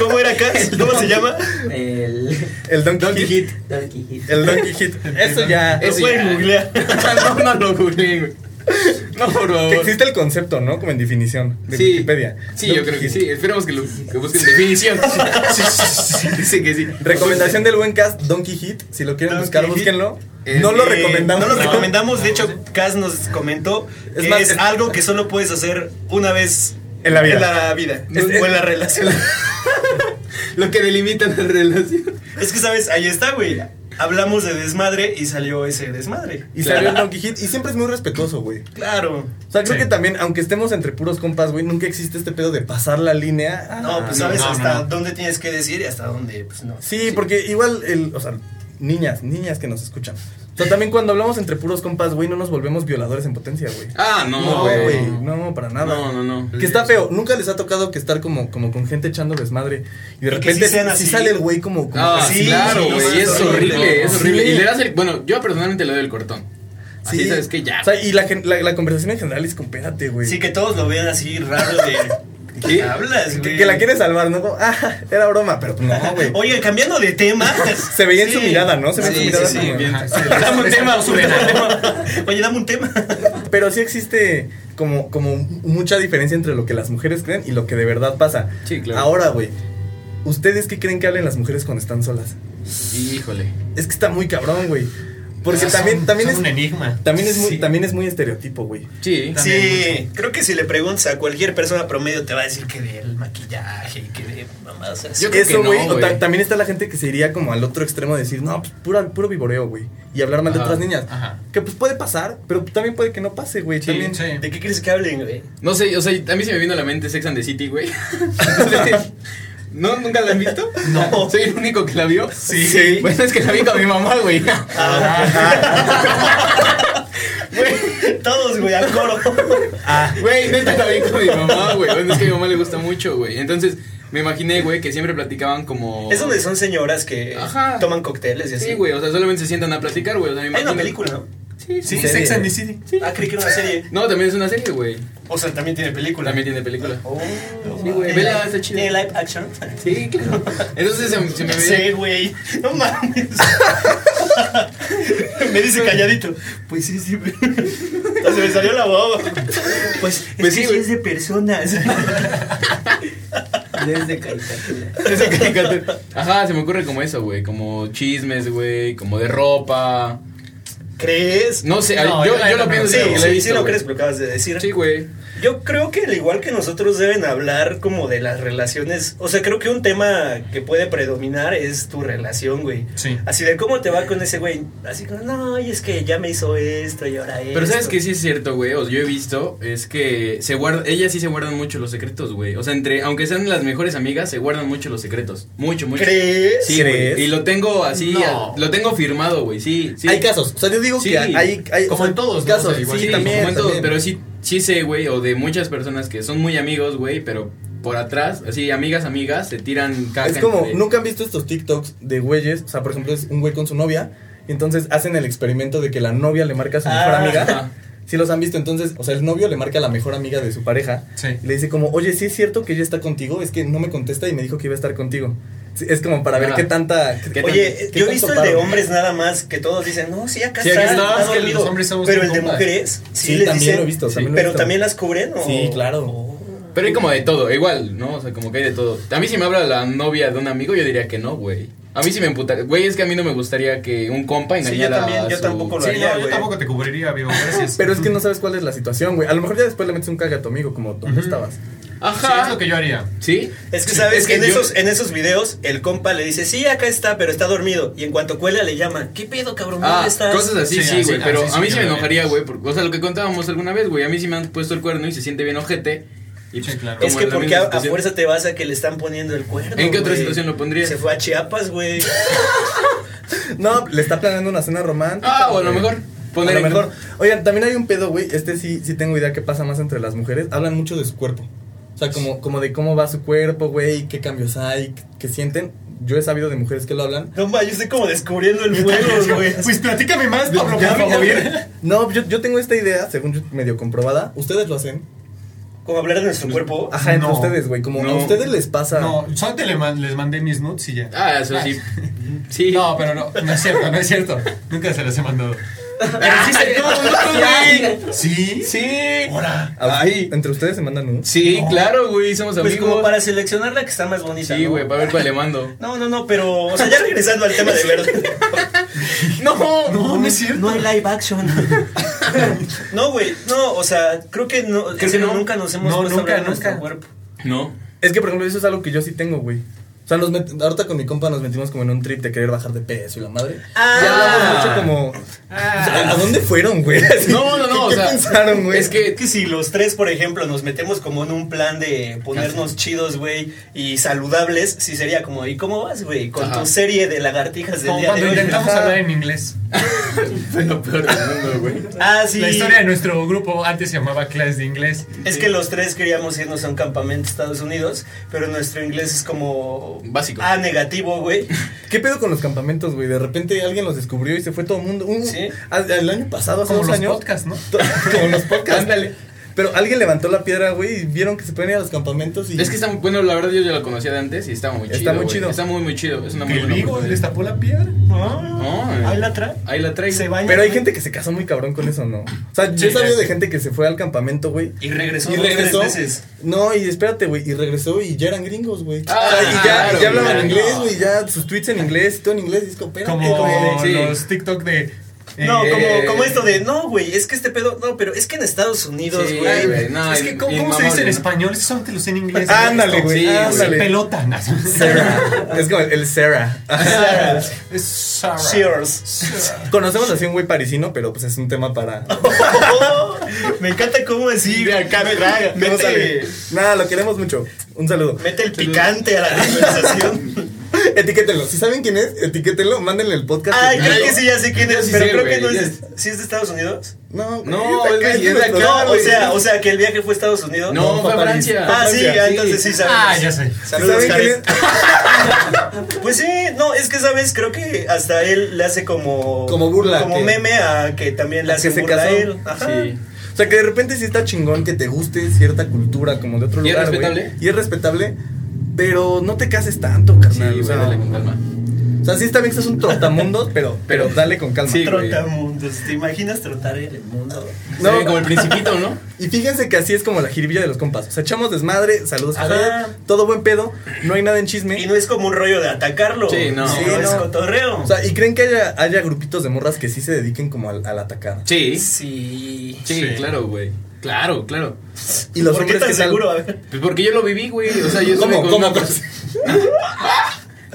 Speaker 3: ¿Cómo era acá? ¿Cómo se llama?
Speaker 5: El
Speaker 1: el Donkey,
Speaker 2: Donkey
Speaker 1: Hit.
Speaker 2: Hit.
Speaker 5: Donkey Hit.
Speaker 1: El Donkey Hit. Eso ya.
Speaker 2: Eso
Speaker 3: Lo pueden
Speaker 2: ya.
Speaker 3: googlear.
Speaker 2: no, no lo googleé, güey. No, por
Speaker 1: Que
Speaker 2: favor.
Speaker 1: existe el concepto, ¿no? Como en definición de Wikipedia.
Speaker 2: Sí,
Speaker 1: Donkey
Speaker 2: yo creo que
Speaker 1: Hit.
Speaker 2: sí. Esperemos que lo que busquen definición. Dice que sí.
Speaker 1: Recomendación del buen cast, Donkey Hit. Si lo quieren
Speaker 3: Donkey
Speaker 1: buscar,
Speaker 3: Hit.
Speaker 1: búsquenlo.
Speaker 2: Eh,
Speaker 1: no lo
Speaker 3: Eh,
Speaker 1: recomendamos.
Speaker 3: No lo recomendamos. De hecho, Cas nos comentó
Speaker 1: Es
Speaker 3: que
Speaker 1: más,
Speaker 3: es
Speaker 1: es-
Speaker 3: algo que solo puedes hacer una vez
Speaker 1: En la vida.
Speaker 3: En la vida.
Speaker 1: Es-
Speaker 3: o en la relación.
Speaker 2: Lo que delimita la relación.
Speaker 3: Es que, ¿sabes? Ahí está, güey. Hablamos de desmadre y salió ese desmadre.
Speaker 1: Y salió el Donkey Hit. Y siempre es muy respetuoso, güey.
Speaker 3: Claro.
Speaker 1: O sea, creo
Speaker 4: Sí.
Speaker 1: que también, aunque estemos entre puros compas, güey, nunca existe este pedo de pasar la línea. Ah,
Speaker 3: No, pues
Speaker 4: no,
Speaker 3: sabes
Speaker 4: no,
Speaker 3: hasta
Speaker 4: no, no.
Speaker 3: dónde tienes que decir y hasta dónde, pues no.
Speaker 1: Sí, porque igual, el, o sea, niñas, niñas que nos escuchan. O sea, también cuando hablamos entre puros compas, güey, no nos volvemos violadores en potencia, güey.
Speaker 2: Ah, no,
Speaker 1: No, güey,
Speaker 2: güey.
Speaker 1: no, para nada.
Speaker 2: No, no, no.
Speaker 1: Que está feo, nunca les ha tocado que estar como, como con gente echando desmadre y de
Speaker 3: Y que
Speaker 1: repente
Speaker 3: sí sean
Speaker 1: sí
Speaker 3: así.
Speaker 1: sale el güey como, como
Speaker 2: Ah,
Speaker 1: así.
Speaker 3: sí,
Speaker 2: claro,
Speaker 3: sí,
Speaker 2: güey.
Speaker 3: sí,
Speaker 2: es
Speaker 3: sí,
Speaker 2: horrible,
Speaker 3: sí.
Speaker 2: es horrible. Y le das el. Bueno, yo personalmente le doy el cortón. Así
Speaker 1: Sí.
Speaker 2: sabes que ya.
Speaker 1: O sea, y la, gen- la, la conversación en general es con "Espérate, güey.
Speaker 3: Sí, que todos lo vean así raro de.
Speaker 2: ¿Qué?
Speaker 3: hablas,
Speaker 1: que,
Speaker 3: güey?
Speaker 1: que la quiere salvar, ¿no? Como, Ah, era broma, pero pues no, güey.
Speaker 3: Oye, cambiando de tema.
Speaker 1: Se veía en su mirada, ¿no? Se veía en su mirada.
Speaker 2: Sí, sí,
Speaker 1: como-
Speaker 2: sí, bien.
Speaker 4: Ajá, sí,
Speaker 2: Dame un tema,
Speaker 3: Oye, dame un tema.
Speaker 1: Pero sí existe como, como mucha diferencia entre lo que las mujeres creen y lo que de verdad pasa.
Speaker 2: Sí, claro.
Speaker 1: Ahora, güey, ¿ustedes qué creen que hablen las mujeres cuando están solas?
Speaker 2: Híjole.
Speaker 1: Es que está muy cabrón, güey. Porque
Speaker 4: Ah, Son-
Speaker 1: también, también,
Speaker 4: son un
Speaker 1: es,
Speaker 4: enigma.
Speaker 1: también, es muy,
Speaker 4: Sí.
Speaker 1: también es muy estereotipo, güey.
Speaker 2: Sí.
Speaker 4: También
Speaker 3: Sí, creo que si le preguntas a cualquier persona promedio te va a decir que del maquillaje y que de mamadas así.
Speaker 2: Yo creo que
Speaker 1: Eso,
Speaker 2: no,
Speaker 1: güey. o
Speaker 2: güey.
Speaker 1: ta- también está la gente que se iría como al otro extremo de decir, no, pues pura- puro viboreo, güey. Y hablar mal de
Speaker 2: Ajá,
Speaker 1: otras niñas.
Speaker 4: ajá.
Speaker 1: Que pues puede pasar, pero también puede que no pase, güey.
Speaker 2: Sí,
Speaker 1: también.
Speaker 4: Sí.
Speaker 3: ¿De qué crees que hablen, güey?
Speaker 2: No sé, o sea, a mí se me vino a la mente Sex and the City, güey. ¿No? ¿Nunca la han visto?
Speaker 3: No.
Speaker 2: ¿Soy el único que la vio?
Speaker 3: Sí. Ah. Sí.
Speaker 2: Bueno, es que la vi con mi mamá, güey. Ah.
Speaker 3: Todos, güey, al coro.
Speaker 2: Güey, neta la vi con mi mamá, güey. Bueno, es que a mi mamá le gusta mucho, güey. Entonces, me imaginé, güey, que siempre platicaban como...
Speaker 3: Es donde son señoras que
Speaker 2: Ajá.
Speaker 3: toman cócteles y así.
Speaker 2: Sí, güey, o sea, solamente se sientan a platicar, güey. O sea, me
Speaker 3: Hay una
Speaker 2: imagino-
Speaker 3: película, ¿no?
Speaker 2: Sí, sí.
Speaker 4: Sí,
Speaker 1: Sí.
Speaker 4: Sex and the City.
Speaker 3: Ah, creí que era una serie.
Speaker 2: No, también es una serie, güey.
Speaker 3: O sea, también tiene película.
Speaker 2: También tiene película.
Speaker 3: Oh,
Speaker 2: Sí, güey, vela, está chida.
Speaker 3: ¿Tiene live action?
Speaker 2: Sí, claro. Entonces se, se me
Speaker 3: Sí,
Speaker 2: veía...
Speaker 3: güey. No mames. me dice calladito. Pues sí, sí. güey. Hasta Se me salió la baba. Pues,
Speaker 2: Pues sí,
Speaker 3: es que sí
Speaker 2: güey.
Speaker 3: es de personas.
Speaker 5: Desde caricatura.
Speaker 2: Esa caricatura. Ajá, se me ocurre como eso, güey. Como chismes, güey. Como de ropa.
Speaker 3: ¿Crees?
Speaker 2: No sé,
Speaker 4: No,
Speaker 2: yo,
Speaker 4: yo la
Speaker 2: yo
Speaker 4: neta
Speaker 2: lo
Speaker 4: no.
Speaker 2: pienso
Speaker 3: Sí,
Speaker 2: así porque
Speaker 3: sí,
Speaker 2: la he
Speaker 3: sí,
Speaker 2: visto,
Speaker 3: lo
Speaker 2: güey.
Speaker 3: crees, lo acabas de decir.
Speaker 2: Sí, güey.
Speaker 3: Yo creo que al igual que nosotros deben hablar como de las relaciones, o sea, creo que un tema que puede predominar es tu relación, güey.
Speaker 4: Sí.
Speaker 3: Así de cómo te va con ese güey, así como, no, y es que ya me hizo esto y ahora esto.
Speaker 2: Pero sabes que sí es cierto, güey. O sea, yo he visto es que se guarda, ellas sí se guardan mucho los secretos, güey. O sea, entre aunque sean las mejores amigas, se guardan mucho los secretos. Mucho, mucho.
Speaker 3: ¿Crees?
Speaker 2: Sí,
Speaker 1: ¿Crees?
Speaker 2: güey. Y lo tengo así,
Speaker 4: No.
Speaker 2: lo tengo firmado, güey. Sí, sí.
Speaker 1: Hay casos. O sea, yo digo
Speaker 2: Sí.
Speaker 1: que hay. hay o
Speaker 4: Como
Speaker 1: sea,
Speaker 4: en todos, ¿no?
Speaker 1: Casos,
Speaker 4: O sea, igual
Speaker 1: sí,
Speaker 4: que
Speaker 1: también.
Speaker 2: como en todos,
Speaker 1: también.
Speaker 2: pero sí sí sé, güey, o de muchas personas que son muy amigos, güey, pero por atrás, así amigas, amigas, se tiran caca.
Speaker 1: Es como,
Speaker 2: entre-
Speaker 1: nunca han visto estos TikToks de güeyes. O sea, por ejemplo, es un güey con su novia. Y entonces hacen el experimento de que la novia le marca a su mejor
Speaker 3: Ah.
Speaker 1: amiga.
Speaker 2: Ajá.
Speaker 1: Sí los han visto, entonces, o sea, el novio le marca a la mejor amiga de su pareja.
Speaker 4: Sí.
Speaker 1: Y le dice como, oye, sí es cierto que ella está contigo, es que no me contesta y me dijo que iba a estar contigo. Sí, es como para ver
Speaker 2: Ajá.
Speaker 1: qué tanta... qué tan-
Speaker 3: Oye,
Speaker 1: qué
Speaker 3: yo he
Speaker 1: tanto
Speaker 3: visto el
Speaker 1: paro.
Speaker 3: de hombres nada más, que todos dicen, no, sí, acá
Speaker 2: Sí,
Speaker 3: está,
Speaker 2: acá está,
Speaker 3: está
Speaker 2: es que
Speaker 3: dormido".
Speaker 4: los hombres somos
Speaker 3: Pero
Speaker 4: bien
Speaker 3: el de
Speaker 4: compas.
Speaker 3: mujeres, sí,
Speaker 1: Sí,
Speaker 3: les
Speaker 1: también
Speaker 3: dicen,
Speaker 1: lo he visto, también lo he
Speaker 3: pero
Speaker 1: visto.
Speaker 3: también las cubren, ¿o?
Speaker 1: Sí, claro.
Speaker 2: Pero hay como de todo, igual, ¿no? O sea, como que hay de todo. A mí si me habla la novia de un amigo, yo diría que no, güey. A mí sí me emputa. Güey, es que a mí no me gustaría que un compa
Speaker 3: Sí, yo
Speaker 2: engañara
Speaker 3: también,
Speaker 2: a
Speaker 3: yo
Speaker 2: su-
Speaker 3: tampoco lo
Speaker 4: Sí,
Speaker 3: haría,
Speaker 4: no, yo
Speaker 3: güey.
Speaker 4: tampoco te cubriría, amigo. Gracias.
Speaker 1: Pero es que no sabes cuál es la situación, güey. A lo mejor ya después le metes un cague a tu amigo, como, ¿dónde
Speaker 4: Ujú.
Speaker 1: estabas?
Speaker 4: Sí,
Speaker 2: Ajá.
Speaker 4: es lo que yo haría.
Speaker 2: ¿Sí?
Speaker 3: Es que sabes
Speaker 2: Es
Speaker 3: que
Speaker 2: que
Speaker 3: en,
Speaker 2: yo-
Speaker 3: esos, en esos videos el compa le dice, sí, acá está, pero está dormido. Y en cuanto cuela le llama, ¿qué pedo, cabrón? ¿Dónde
Speaker 2: Ah,
Speaker 3: estás?
Speaker 2: cosas así,
Speaker 4: Sí,
Speaker 2: sí,
Speaker 4: así,
Speaker 2: güey.
Speaker 4: así
Speaker 2: pero
Speaker 3: ah,
Speaker 4: sí
Speaker 2: a mí
Speaker 4: que
Speaker 2: sí me
Speaker 4: lo
Speaker 2: enojaría,
Speaker 4: harías.
Speaker 2: güey. porque- O sea, lo que contábamos alguna vez, güey. A mí sí me han puesto el cuerno y se siente bien ojete. Y pues,
Speaker 4: Sí, claro.
Speaker 2: como
Speaker 3: Es que
Speaker 2: en la
Speaker 3: porque
Speaker 2: misma
Speaker 3: a, a
Speaker 2: situación.
Speaker 3: fuerza te vas a que le están poniendo el cuerno.
Speaker 2: ¿En qué otra
Speaker 3: güey?
Speaker 2: situación lo pondrías?
Speaker 3: Se fue a Chiapas, güey.
Speaker 1: No, le está planeando una cena romántica.
Speaker 2: Ah, o a lo
Speaker 1: güey.
Speaker 2: mejor.
Speaker 1: Poner
Speaker 2: Poner
Speaker 1: a lo
Speaker 2: en-
Speaker 1: mejor. Oigan, también hay un pedo, güey. Este sí, sí tengo idea que pasa más entre las mujeres. Hablan mucho de su cuerpo. O sea, como, como de cómo va su cuerpo, güey, qué cambios hay, qué- qué sienten. Yo he sabido de mujeres que lo hablan.
Speaker 3: No ma, yo estoy como descubriendo el juego, güey.
Speaker 4: Pues platícame más, Pablo,
Speaker 1: Ya,
Speaker 4: por
Speaker 1: ya,
Speaker 4: favor.
Speaker 1: ya. No, yo, yo tengo esta idea, según yo, medio comprobada. ¿Ustedes lo hacen?
Speaker 3: Como hablar de nuestro cuerpo.
Speaker 1: Ajá, entre
Speaker 4: No.
Speaker 1: ustedes, güey. Como a
Speaker 4: No.
Speaker 1: ustedes les pasa.
Speaker 4: No, solo te le man- les mandé mis nudes y ya.
Speaker 2: Ah, eso sí. Sí.
Speaker 4: No, pero no, no es cierto, no es cierto. Nunca se las he mandado. ¿Sí?
Speaker 2: Sí.
Speaker 4: Ahora.
Speaker 1: A-
Speaker 2: Ay.
Speaker 1: Entre ustedes se mandan un.
Speaker 2: Sí,
Speaker 4: No.
Speaker 2: claro, güey, somos
Speaker 3: Pues
Speaker 2: amigos.
Speaker 3: como para seleccionar la que está más bonita.
Speaker 2: Sí,
Speaker 3: ¿no?
Speaker 2: güey, para ver cuál le mando.
Speaker 3: No, no, no, pero. O sea, ya regresando al tema de verdad.
Speaker 2: No,
Speaker 4: No, no es cierto.
Speaker 5: No hay live action.
Speaker 3: No, güey. No, o sea, creo que no.
Speaker 2: Creo que no.
Speaker 3: nunca nos hemos
Speaker 4: No,
Speaker 3: puesto a hablar de
Speaker 4: nunca,
Speaker 3: nuestro
Speaker 4: nunca.
Speaker 3: cuerpo.
Speaker 2: No.
Speaker 1: Es que, por ejemplo, eso es algo que yo sí tengo, güey. O sea, nos met- ahorita con mi compa nos metimos como en un trip de querer bajar de peso y la madre.
Speaker 3: Ah.
Speaker 1: Y hablamos mucho como. o sea, ¿A dónde fueron, güey? Así,
Speaker 2: Ah. No, no,
Speaker 1: ¿qué-
Speaker 2: no, o
Speaker 1: ¿Qué
Speaker 2: sea,
Speaker 1: pensaron, güey?
Speaker 2: Es
Speaker 4: Eh,
Speaker 2: que
Speaker 3: Es que si los tres, por ejemplo, nos metemos como en un plan de ponernos chidos, güey, y saludables, sí sería como, ¿y cómo vas, güey? Con
Speaker 2: Ajá.
Speaker 3: tu serie de lagartijas del
Speaker 4: Como
Speaker 3: día de
Speaker 4: cuando
Speaker 3: hoy.
Speaker 4: intentamos
Speaker 3: Ajá.
Speaker 4: hablar en inglés.
Speaker 2: fue lo peor del mundo, güey.
Speaker 3: Ah, sí.
Speaker 4: La historia de nuestro grupo antes se llamaba clase de inglés.
Speaker 3: Es que los tres queríamos irnos a un campamento a Estados Unidos, pero nuestro inglés es como...
Speaker 2: Básico.
Speaker 3: Ah, negativo, güey.
Speaker 1: ¿Qué pedo con los campamentos, güey? De repente alguien los descubrió y se fue todo el mundo. Un-
Speaker 3: Sí.
Speaker 1: al- El año pasado, hace
Speaker 4: Como
Speaker 1: dos
Speaker 4: los
Speaker 1: años.
Speaker 4: podcasts, ¿no?
Speaker 1: to- como los podcasts. Ándale. Pero alguien levantó la piedra, güey, y vieron que se pueden ir a los campamentos y.
Speaker 2: Es que está muy bueno, la verdad yo ya lo conocía de antes y estaba muy
Speaker 1: Está
Speaker 2: chido.
Speaker 1: muy
Speaker 2: güey.
Speaker 1: chido.
Speaker 2: Está muy, muy chido. Es una muy
Speaker 4: Que el
Speaker 2: buena
Speaker 4: Vigo les
Speaker 2: oportunidad.
Speaker 4: tapó la piedra.
Speaker 3: No,
Speaker 2: No,
Speaker 3: ahí la trae.
Speaker 2: Ahí la traigo.
Speaker 3: Se baña.
Speaker 1: Pero hay gente que se casó muy cabrón con eso, ¿no? O sea, yo he
Speaker 4: Sí.
Speaker 1: sabido de gente que se fue al campamento, güey.
Speaker 3: Y regresó,
Speaker 1: Y
Speaker 3: dos,
Speaker 1: regresó.
Speaker 3: tres veces.
Speaker 1: No, y espérate, güey. Y regresó y ya eran gringos, güey.
Speaker 2: Ah,
Speaker 1: O sea, y ya,
Speaker 2: claro,
Speaker 1: y ya hablaban
Speaker 2: claro.
Speaker 1: inglés, güey. Ya sus tweets en inglés y todo en inglés. Y es Eh, como, espérate,
Speaker 4: Como
Speaker 1: güey.
Speaker 2: Sí.
Speaker 4: los TikTok de. eh,
Speaker 3: No,
Speaker 2: Eh.
Speaker 3: como, como esto de, no, güey, es que este pedo, no, pero es que en Estados Unidos,
Speaker 2: Sí,
Speaker 3: güey.
Speaker 2: güey, no,
Speaker 4: es
Speaker 2: y-
Speaker 4: que, ¿cómo,
Speaker 2: y
Speaker 4: cómo se dice en
Speaker 2: mamable, ¿no?
Speaker 4: español? Eso solamente lo sé en inglés.
Speaker 1: Ándale, güey.
Speaker 2: Sí, güey.
Speaker 1: ándale.
Speaker 4: Pelota. no.
Speaker 1: Sarah. Es como el, el Sarah.
Speaker 4: Es Sarah.
Speaker 3: Cheers.
Speaker 4: Sarah.
Speaker 1: Conocemos así un güey parisino, pero pues es un tema para.
Speaker 3: Oh, me encanta cómo así, güey, acá me traga.
Speaker 1: No sale.
Speaker 3: Mete,
Speaker 1: Nada, lo queremos mucho. Un saludo.
Speaker 3: mete el picante a la conversación.
Speaker 1: Etiquétenlo. Si saben quién es, etiquétenlo. Mándenle el podcast.
Speaker 3: Ay,
Speaker 1: Etiquétenlo.
Speaker 3: creo que sí, ya sé quién
Speaker 2: Yo
Speaker 3: es,
Speaker 2: sí
Speaker 3: pero
Speaker 2: sé,
Speaker 3: creo
Speaker 2: güey,
Speaker 3: que no
Speaker 2: ya
Speaker 3: es.
Speaker 2: sé.
Speaker 3: ¿Sí es de Estados Unidos?
Speaker 1: No, güey,
Speaker 2: No,
Speaker 1: acá
Speaker 2: es de-
Speaker 1: es de
Speaker 2: es de
Speaker 1: nuestro- No,
Speaker 2: acá,
Speaker 3: o
Speaker 1: güey.
Speaker 3: sea, o sea, que el viaje fue a Estados Unidos.
Speaker 2: No, fue a Francia.
Speaker 3: Ah, sí,
Speaker 1: Francia,
Speaker 3: ah, entonces sí sabemos.
Speaker 4: Ah, ya sé.
Speaker 3: Saludos,
Speaker 1: ¿Saben quién
Speaker 3: Jared.
Speaker 1: es?
Speaker 3: Pues sí, no, es que sabes, creo que hasta él le hace como
Speaker 1: Como burla,
Speaker 3: como
Speaker 1: que-
Speaker 3: meme a que también le
Speaker 1: a que
Speaker 3: hace
Speaker 1: se
Speaker 3: burla a
Speaker 1: casó.
Speaker 3: él. Ajá.
Speaker 2: Sí.
Speaker 1: O sea, que de repente sí está chingón que te guste cierta cultura como de otro
Speaker 2: Y es
Speaker 1: lugar, güey.
Speaker 2: respetable.
Speaker 1: Y es respetable. Pero no te cases tanto,
Speaker 2: Sí,
Speaker 1: carnal.
Speaker 2: güey,
Speaker 1: o, sea,
Speaker 2: dale con calma.
Speaker 1: o sea, sí está bien que estás un trotamundos, pero, pero dale con calma.
Speaker 2: Sí, güey.
Speaker 3: Trotamundos, ¿te imaginas trotar en el mundo?
Speaker 2: Se
Speaker 1: No.
Speaker 2: ve como el principito, ¿no?
Speaker 1: Y fíjense que así es como la jiribilla de los compas. O sea, echamos desmadre, saludos,
Speaker 3: Ajá.
Speaker 1: Jared, todo buen pedo, no hay nada en chisme.
Speaker 3: Y no es como un rollo de atacarlo.
Speaker 2: Sí, no.
Speaker 1: Sí,
Speaker 3: es
Speaker 1: no.
Speaker 3: cotorreo.
Speaker 1: O sea, ¿y creen que haya, haya grupitos de morras que sí se dediquen como al, al atacar?
Speaker 2: Sí. Sí,
Speaker 3: sí.
Speaker 4: Sí.
Speaker 2: claro, güey. Claro, claro.
Speaker 1: ¿Y los
Speaker 3: ¿Por qué
Speaker 1: hombres
Speaker 3: tan
Speaker 1: qué tal?
Speaker 3: seguro? A ver.
Speaker 2: Pues porque yo lo viví, güey. O sea, yo estuve
Speaker 1: ¿Cómo?
Speaker 2: con
Speaker 1: ¿Cómo?
Speaker 2: una persona.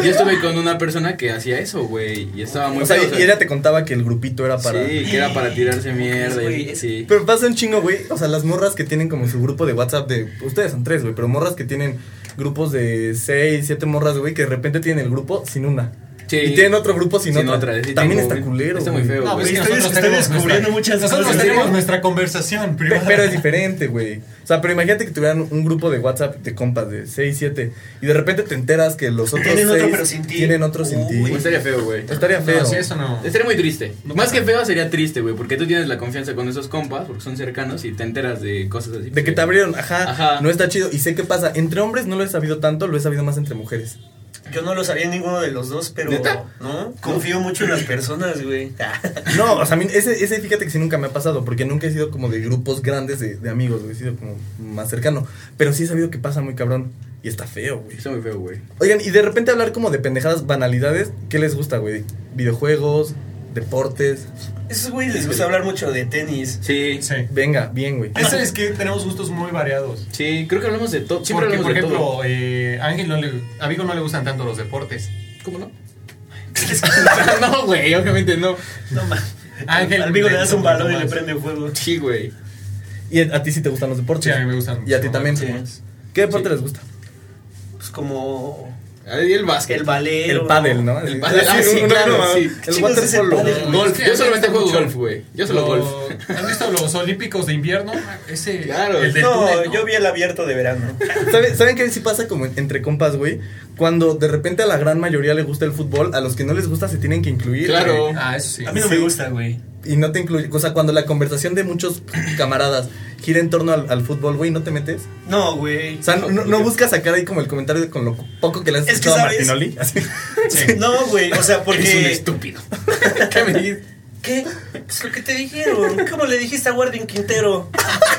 Speaker 2: yo estuve con una persona que hacía eso, güey. Y estaba muy
Speaker 1: O sea,
Speaker 2: feo,
Speaker 1: y y ella te contaba que el grupito era para...
Speaker 2: Sí, que era para tirarse mierda.
Speaker 3: Güey,
Speaker 2: y-
Speaker 3: es-
Speaker 2: Sí.
Speaker 1: Pero pasa un chingo, güey. O sea, las morras que tienen como su grupo de WhatsApp de. Ustedes son tres, güey. Pero morras que tienen grupos de seis, siete morras, güey, que de repente tienen el grupo sin una.
Speaker 2: Sí.
Speaker 1: Y tienen otro grupo sin, otra.
Speaker 2: sí,
Speaker 1: También
Speaker 2: tengo,
Speaker 1: está
Speaker 2: güey.
Speaker 1: culero.
Speaker 2: Está muy
Speaker 1: güey.
Speaker 2: feo.
Speaker 4: No,
Speaker 2: güey.
Speaker 4: pues es que
Speaker 3: ustedes
Speaker 4: nosotros
Speaker 3: están
Speaker 4: tenemos
Speaker 3: descubriendo
Speaker 4: nuestra-
Speaker 3: muchas
Speaker 4: Nosotros
Speaker 3: cosas.
Speaker 4: tenemos nuestra conversación
Speaker 1: Pe-
Speaker 4: privada.
Speaker 1: Pero es diferente, güey. O sea, pero imagínate que tuvieran un grupo de WhatsApp de compas de seis, siete. Y de repente te enteras que los otros
Speaker 3: Tienen otro,
Speaker 1: seis
Speaker 3: pero sin ti.
Speaker 1: tienen otro sin
Speaker 2: Uy,
Speaker 1: ti.
Speaker 2: Estaría feo, güey.
Speaker 1: Estaría feo.
Speaker 4: No, sí, eso no.
Speaker 2: Estaría muy triste. Más que feo sería triste, güey, porque tú tienes la confianza con esos compas, porque son cercanos y te enteras de cosas así.
Speaker 1: De que te abrieron, ajá,
Speaker 2: Ajá.
Speaker 1: no está chido. Y sé qué pasa. Entre hombres no lo he sabido tanto, lo he sabido más entre mujeres.
Speaker 3: Yo no lo sabía ninguno de los dos, pero
Speaker 2: ¿Neta?
Speaker 3: no confío mucho en las personas, güey.
Speaker 1: No, o sea, a mí ese, ese fíjate que sí nunca me ha pasado, porque nunca he sido como de grupos grandes de, de amigos, güey, he sido como más cercano. Pero sí he sabido que pasa muy cabrón y está feo, güey.
Speaker 2: Está muy feo, güey.
Speaker 1: Oigan, y de repente hablar como de pendejadas, banalidades, ¿qué les gusta, güey? Videojuegos, deportes.
Speaker 3: Esos güeyes les gusta hablar mucho de tenis.
Speaker 2: Sí. sí.
Speaker 4: Sí.
Speaker 1: Venga, bien, güey.
Speaker 4: Eso es que tenemos gustos muy variados.
Speaker 2: creo que hablamos de todo. Siempre
Speaker 4: Porque,
Speaker 2: hablamos
Speaker 4: por
Speaker 2: de todo.
Speaker 4: ejemplo, eh, a Ángel no le, a Vigo no le gustan tanto los deportes.
Speaker 2: ¿Cómo no? no, güey, obviamente no.
Speaker 3: No ma-
Speaker 4: Ángel,
Speaker 3: Al amigo le das un
Speaker 4: Tomás.
Speaker 3: balón y le prende fuego.
Speaker 2: Sí, güey.
Speaker 1: ¿Y a, a ti sí te gustan los deportes?
Speaker 4: Sí, a mí me gustan.
Speaker 1: ¿Y a ti también?
Speaker 3: Sí.
Speaker 1: ¿Qué deporte
Speaker 2: Sí.
Speaker 1: les gusta?
Speaker 3: Pues como
Speaker 2: Ahí el básquet.
Speaker 3: El ballet.
Speaker 1: El pádel, ¿no?
Speaker 2: El
Speaker 1: Así,
Speaker 2: pádel, ah,
Speaker 1: así,
Speaker 2: sí,
Speaker 1: uno,
Speaker 2: claro,
Speaker 1: uno,
Speaker 2: sí.
Speaker 1: El
Speaker 3: Chicos, es el
Speaker 1: waterpolo.
Speaker 3: pádel.
Speaker 1: Golf.
Speaker 4: Golf.
Speaker 2: Yo solamente juego
Speaker 4: Mucho.
Speaker 2: golf, güey. Yo solo
Speaker 4: Lo-
Speaker 2: golf.
Speaker 4: ¿Han visto los Olímpicos de invierno? Ese,
Speaker 2: Claro.
Speaker 4: el del
Speaker 3: No,
Speaker 4: túnel, ¿no?
Speaker 3: yo vi el abierto de verano.
Speaker 1: ¿Saben, ¿Saben qué sí pasa como en- entre compas, güey? Cuando de repente a la gran mayoría le gusta el fútbol, a los que no les gusta se tienen que incluir.
Speaker 2: Claro.
Speaker 1: güey.
Speaker 4: Ah, eso sí.
Speaker 1: mí no me gusta,
Speaker 3: güey.
Speaker 1: Y no te incluye. O sea, cuando la conversación de muchos camaradas gira en torno al, al fútbol, güey, no te metes.
Speaker 3: No, güey.
Speaker 1: O sea, no, no buscas sacar ahí como el comentario de con lo poco que le has
Speaker 3: Es que
Speaker 1: escuchado a
Speaker 3: sabes-
Speaker 1: Martinoli. Así.
Speaker 3: No, güey. O sea,
Speaker 2: Eres un
Speaker 3: porque.
Speaker 2: estúpido. ¿Qué me dices?
Speaker 3: ¿Qué? Pues lo que te dijeron. ¿Cómo le dijiste a Guardian Quintero?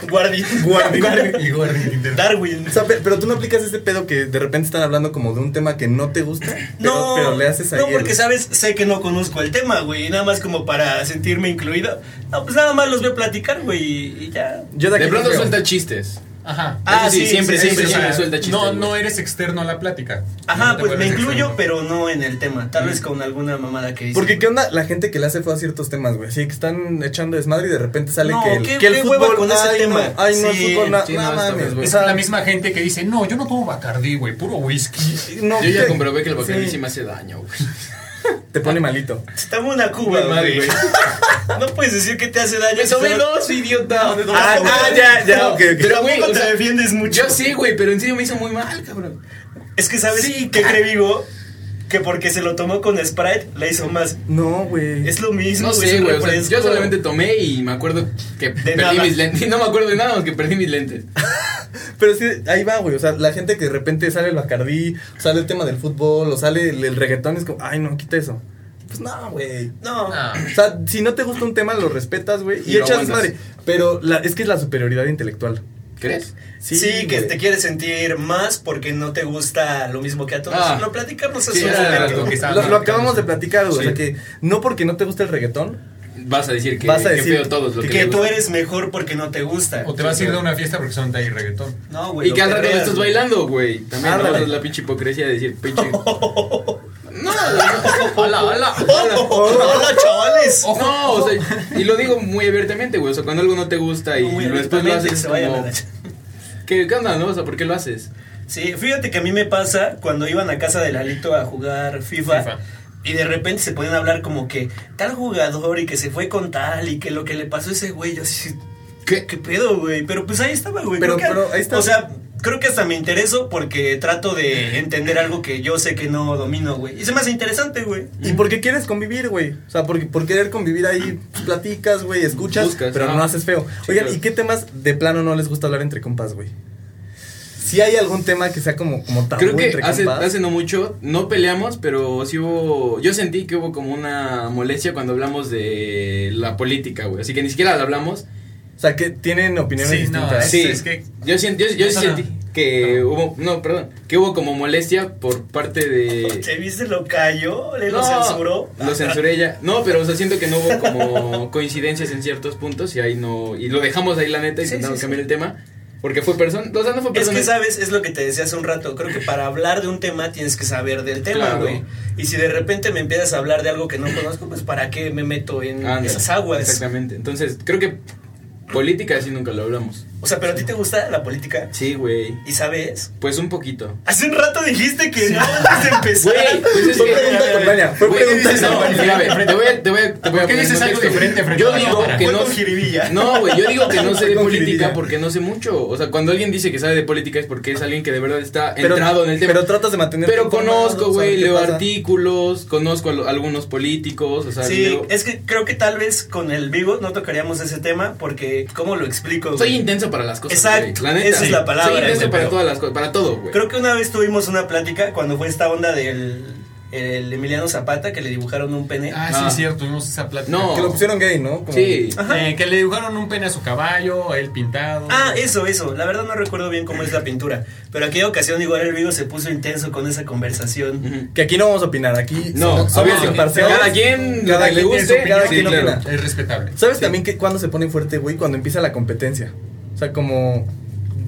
Speaker 3: Guardian.
Speaker 1: Guardian.
Speaker 4: Y Warren Quintero.
Speaker 3: Darwin.
Speaker 1: O sea, pe- pero tú no aplicas ese pedo que de repente están hablando como de un tema que no te gusta, pero,
Speaker 3: No,
Speaker 1: pero le haces ahí.
Speaker 3: no, porque
Speaker 1: el-
Speaker 3: sabes, sé que no conozco el tema, güey, y nada más como para sentirme incluido. No, pues nada más los veo platicar, güey, y- y ya.
Speaker 1: Yo de aquí
Speaker 2: De pronto
Speaker 1: no creo.
Speaker 2: suelta chistes.
Speaker 4: Ajá.
Speaker 3: Ah,
Speaker 2: Eso sí,
Speaker 3: sí,
Speaker 2: siempre,
Speaker 3: sí,
Speaker 2: siempre,
Speaker 4: o
Speaker 3: sí,
Speaker 2: siempre
Speaker 4: sea,
Speaker 2: suelta chistes.
Speaker 4: no,
Speaker 2: güey.
Speaker 4: no eres externo a la plática.
Speaker 3: Ajá,
Speaker 4: No te
Speaker 3: pues me
Speaker 4: vuelves
Speaker 3: incluyo,
Speaker 4: externo.
Speaker 3: pero no en el tema. Tal vez con alguna mamada que dice.
Speaker 1: Mm. Porque qué onda la gente que le hace fue a ciertos temas, güey. Así que están echando desmadre y de repente sale
Speaker 3: No,
Speaker 1: que el,
Speaker 3: qué-
Speaker 1: que el
Speaker 3: qué
Speaker 1: fútbol
Speaker 3: hueva con ese
Speaker 1: ay,
Speaker 3: tema.
Speaker 1: No, ay, no,
Speaker 3: Sí,
Speaker 1: el fútbol na-
Speaker 2: sí,
Speaker 1: no,
Speaker 2: no, está
Speaker 1: mames,
Speaker 2: bien.
Speaker 1: güey.
Speaker 4: Es
Speaker 1: O sea,
Speaker 4: la misma gente que dice, no, yo no tomo Bacardí, güey, puro whisky.
Speaker 1: no,
Speaker 2: Yo ya
Speaker 1: te-
Speaker 2: comprobé que el Bacardi
Speaker 1: sí,
Speaker 2: sí me hace daño, güey.
Speaker 1: te pone malito.
Speaker 3: Estamos en una cuba,
Speaker 2: Madre,
Speaker 3: güey. No puedes decir que te hace daño.
Speaker 2: Me tomé dos, idiota.
Speaker 1: Ah, Pues, no, ya, ya, ok, ok.
Speaker 2: Pero, güey,
Speaker 3: Tampoco
Speaker 2: o
Speaker 3: te
Speaker 2: sea,
Speaker 3: defiendes mucho.
Speaker 2: yo sí, güey, pero en serio me hizo muy mal, cabrón.
Speaker 3: Es que sabes
Speaker 2: Sí,
Speaker 3: que
Speaker 2: ca-
Speaker 3: cree vivo que porque se lo tomó con Sprite le hizo más.
Speaker 1: No, güey.
Speaker 3: Es lo mismo.
Speaker 2: No
Speaker 3: güey,
Speaker 2: sé,
Speaker 3: es un
Speaker 2: güey. o sea,
Speaker 3: refresco.
Speaker 2: yo solamente tomé y me acuerdo que perdí
Speaker 3: nada.
Speaker 2: mis lentes. No me acuerdo de nada más que perdí mis lentes.
Speaker 1: Pero sí, ahí va, güey. O sea, la gente que de repente sale el Bacardí, sale el tema del fútbol, o sale el, el reggaetón, es como, ay, no, quita eso. Pues no, güey.
Speaker 3: No.
Speaker 4: Ah,
Speaker 1: O sea, si no te gusta un tema, lo respetas, güey, y,
Speaker 2: Y lo
Speaker 1: echas
Speaker 2: aguantas.
Speaker 1: madre. Pero la- es que es la superioridad intelectual.
Speaker 2: ¿Crees?
Speaker 3: Sí, que
Speaker 1: güey.
Speaker 3: te quieres sentir más porque no te gusta lo mismo que a todos.
Speaker 2: Ah.
Speaker 3: Lo platicamos
Speaker 2: Sí,
Speaker 3: hace un
Speaker 2: era
Speaker 3: momento.
Speaker 2: algo que
Speaker 4: estaba
Speaker 1: Lo, lo
Speaker 4: platicando.
Speaker 1: acabamos de platicar, güey. O
Speaker 4: Sí.
Speaker 1: sea, que no porque no te guste el reggaetón,
Speaker 2: Vas a decir que,
Speaker 1: Vas a
Speaker 2: que
Speaker 1: decir
Speaker 2: feo todos lo
Speaker 1: que
Speaker 2: que,
Speaker 3: Que
Speaker 2: le
Speaker 3: tú
Speaker 2: gusta.
Speaker 3: eres mejor porque no te gusta.
Speaker 4: o te vas a ir de una fiesta porque son de ahí reggaetón.
Speaker 3: No, güey.
Speaker 2: Y que al rato
Speaker 3: rato
Speaker 2: me estás bailando, güey. También
Speaker 1: Ándale.
Speaker 2: no es la pinche hipocresía de decir, pinche. No, no. Hola, hola. hola.
Speaker 3: Oh. ¡Hola, chavales!
Speaker 2: No, o sea, y lo digo muy abiertamente, güey. O sea, cuando algo no te gusta y
Speaker 3: Muy
Speaker 2: después lo
Speaker 3: abiertamente,
Speaker 2: haces,
Speaker 3: se vayan
Speaker 2: como,
Speaker 3: a la-
Speaker 2: ¿qué, ¿qué onda, no? O sea, ¿por qué lo haces?
Speaker 3: Sí, fíjate que a mí me pasa cuando iban a casa de Lalito a jugar FIFA,
Speaker 4: FIFA.
Speaker 3: y de repente se ponían a hablar como que tal jugador y que se fue con tal y que lo que le pasó a ese güey, yo así, ¿qué, qué pedo, güey? Pero pues ahí estaba, güey.
Speaker 1: Pero-
Speaker 3: creo que-
Speaker 1: pero ahí está.
Speaker 3: O sea, creo que hasta me intereso porque trato de entender algo que yo sé que no domino, güey. Y se me hace interesante, güey.
Speaker 1: ¿Y por qué quieres convivir, güey? O sea, porque por querer convivir ahí pues, platicas, güey, escuchas,
Speaker 2: Buscas,
Speaker 1: pero
Speaker 2: ajá.
Speaker 1: no haces feo.
Speaker 2: Sí,
Speaker 1: Oigan,
Speaker 2: claro.
Speaker 1: ¿y qué temas de plano no les gusta hablar entre compas, güey? Si hay algún tema que sea como, como tabú
Speaker 2: Creo que
Speaker 1: entre
Speaker 2: hace,
Speaker 1: compas.
Speaker 2: hace no mucho, no peleamos, pero sí hubo. Yo sentí que hubo como una molestia cuando hablamos de la política, güey. Así que ni siquiera la hablamos.
Speaker 1: O sea, que tienen opiniones
Speaker 4: Sí, no,
Speaker 1: distintas.
Speaker 4: es-
Speaker 2: Sí,
Speaker 4: es que-
Speaker 2: yo, sien- yo, yo sí
Speaker 4: No, no.
Speaker 2: sentí que hubo. No, perdón. Que hubo como molestia por parte de.
Speaker 3: ¿Te viste lo cayó? ¿Le lo
Speaker 2: No,
Speaker 3: censuró?
Speaker 2: Lo censuré ya. No, pero o sea, siento que no hubo como coincidencias en ciertos puntos y ahí no. Y lo dejamos ahí, la neta,
Speaker 3: Sí,
Speaker 2: intentamos
Speaker 3: sí,
Speaker 2: cambiar el tema. Porque fue persona. O sea, no fue
Speaker 3: Es
Speaker 2: persona.
Speaker 3: que sabes, es lo que te decía hace un rato. Creo que para hablar de un tema tienes que saber del tema,
Speaker 2: Claro.
Speaker 3: güey. Y si de repente me empiezas a hablar de algo que no conozco, pues ¿para qué me meto en
Speaker 2: Ándale,
Speaker 3: esas aguas?
Speaker 2: Ah, Exactamente. Entonces, creo que política así nunca lo hablamos.
Speaker 3: O sea, pero a ti te gusta la política
Speaker 2: Sí, güey.
Speaker 3: y sabes.
Speaker 2: Pues un poquito.
Speaker 3: Hace un rato dijiste que no antes de empezar.
Speaker 2: Güey, pues es
Speaker 1: Fue
Speaker 2: que-
Speaker 1: pregunta campaña, fue
Speaker 2: Güey,
Speaker 1: pregunta
Speaker 2: dices, no,
Speaker 1: campaña.
Speaker 2: mira, a ver, te voy a- te voy a- te voy a
Speaker 4: ¿Por qué
Speaker 2: poner
Speaker 4: dices
Speaker 2: en
Speaker 4: algo
Speaker 2: contexto.
Speaker 4: diferente frente
Speaker 2: Yo
Speaker 4: a la
Speaker 2: digo
Speaker 4: cámara?
Speaker 2: que
Speaker 3: Fue
Speaker 2: no.
Speaker 3: con jiribilla.
Speaker 2: No, güey, yo digo que no sé de
Speaker 1: Con
Speaker 2: política
Speaker 1: jiribilla.
Speaker 2: porque no sé mucho. O sea, cuando alguien dice que sabe de política es porque es alguien que de verdad está
Speaker 1: Pero-
Speaker 2: entrado en el tema.
Speaker 1: Pero tratas de mantener.
Speaker 2: Pero conozco, güey, leo
Speaker 1: artículos
Speaker 2: artículos, conozco a lo- algunos políticos, o sea,
Speaker 3: Sí,
Speaker 2: leo-
Speaker 3: es que creo que tal vez con el vivo no tocaríamos ese tema porque, ¿cómo lo explico?
Speaker 2: soy
Speaker 3: güey?
Speaker 2: intenso para las cosas.
Speaker 3: Exacto,
Speaker 2: güey, la neta.
Speaker 3: esa es la palabra,
Speaker 2: Soy intenso
Speaker 3: güey,
Speaker 2: para
Speaker 3: pero-
Speaker 2: todas las cosas, para todo, güey.
Speaker 3: Creo que una vez tuvimos una plática cuando fue esta onda del el Emiliano Zapata que le dibujaron un pene.
Speaker 4: Ah,
Speaker 2: Ah.
Speaker 4: sí, cierto, tuvimos esa plática.
Speaker 2: No.
Speaker 1: Que lo pusieron gay, ¿no? Como-
Speaker 2: Sí.
Speaker 3: Ajá.
Speaker 4: Eh, que le dibujaron un pene a su caballo, él pintado.
Speaker 3: Ah, eso, eso. La verdad no recuerdo bien cómo es la pintura. Pero aquella ocasión igual el vivo se puso intenso con esa conversación.
Speaker 2: Ujú.
Speaker 1: Que aquí no vamos a opinar, aquí
Speaker 2: No,
Speaker 1: somos
Speaker 2: obvio,
Speaker 1: imparciales.
Speaker 2: cada quien
Speaker 1: Cada
Speaker 2: lo que
Speaker 1: quien
Speaker 2: le
Speaker 1: tiene su
Speaker 2: guste,
Speaker 1: opinión,
Speaker 2: cada
Speaker 1: sí,
Speaker 2: quien
Speaker 1: claro.
Speaker 2: opina.
Speaker 4: Es respetable.
Speaker 1: ¿Sabes también que cuando se pone fuerte, güey? Cuando empieza la competencia. O sea, como.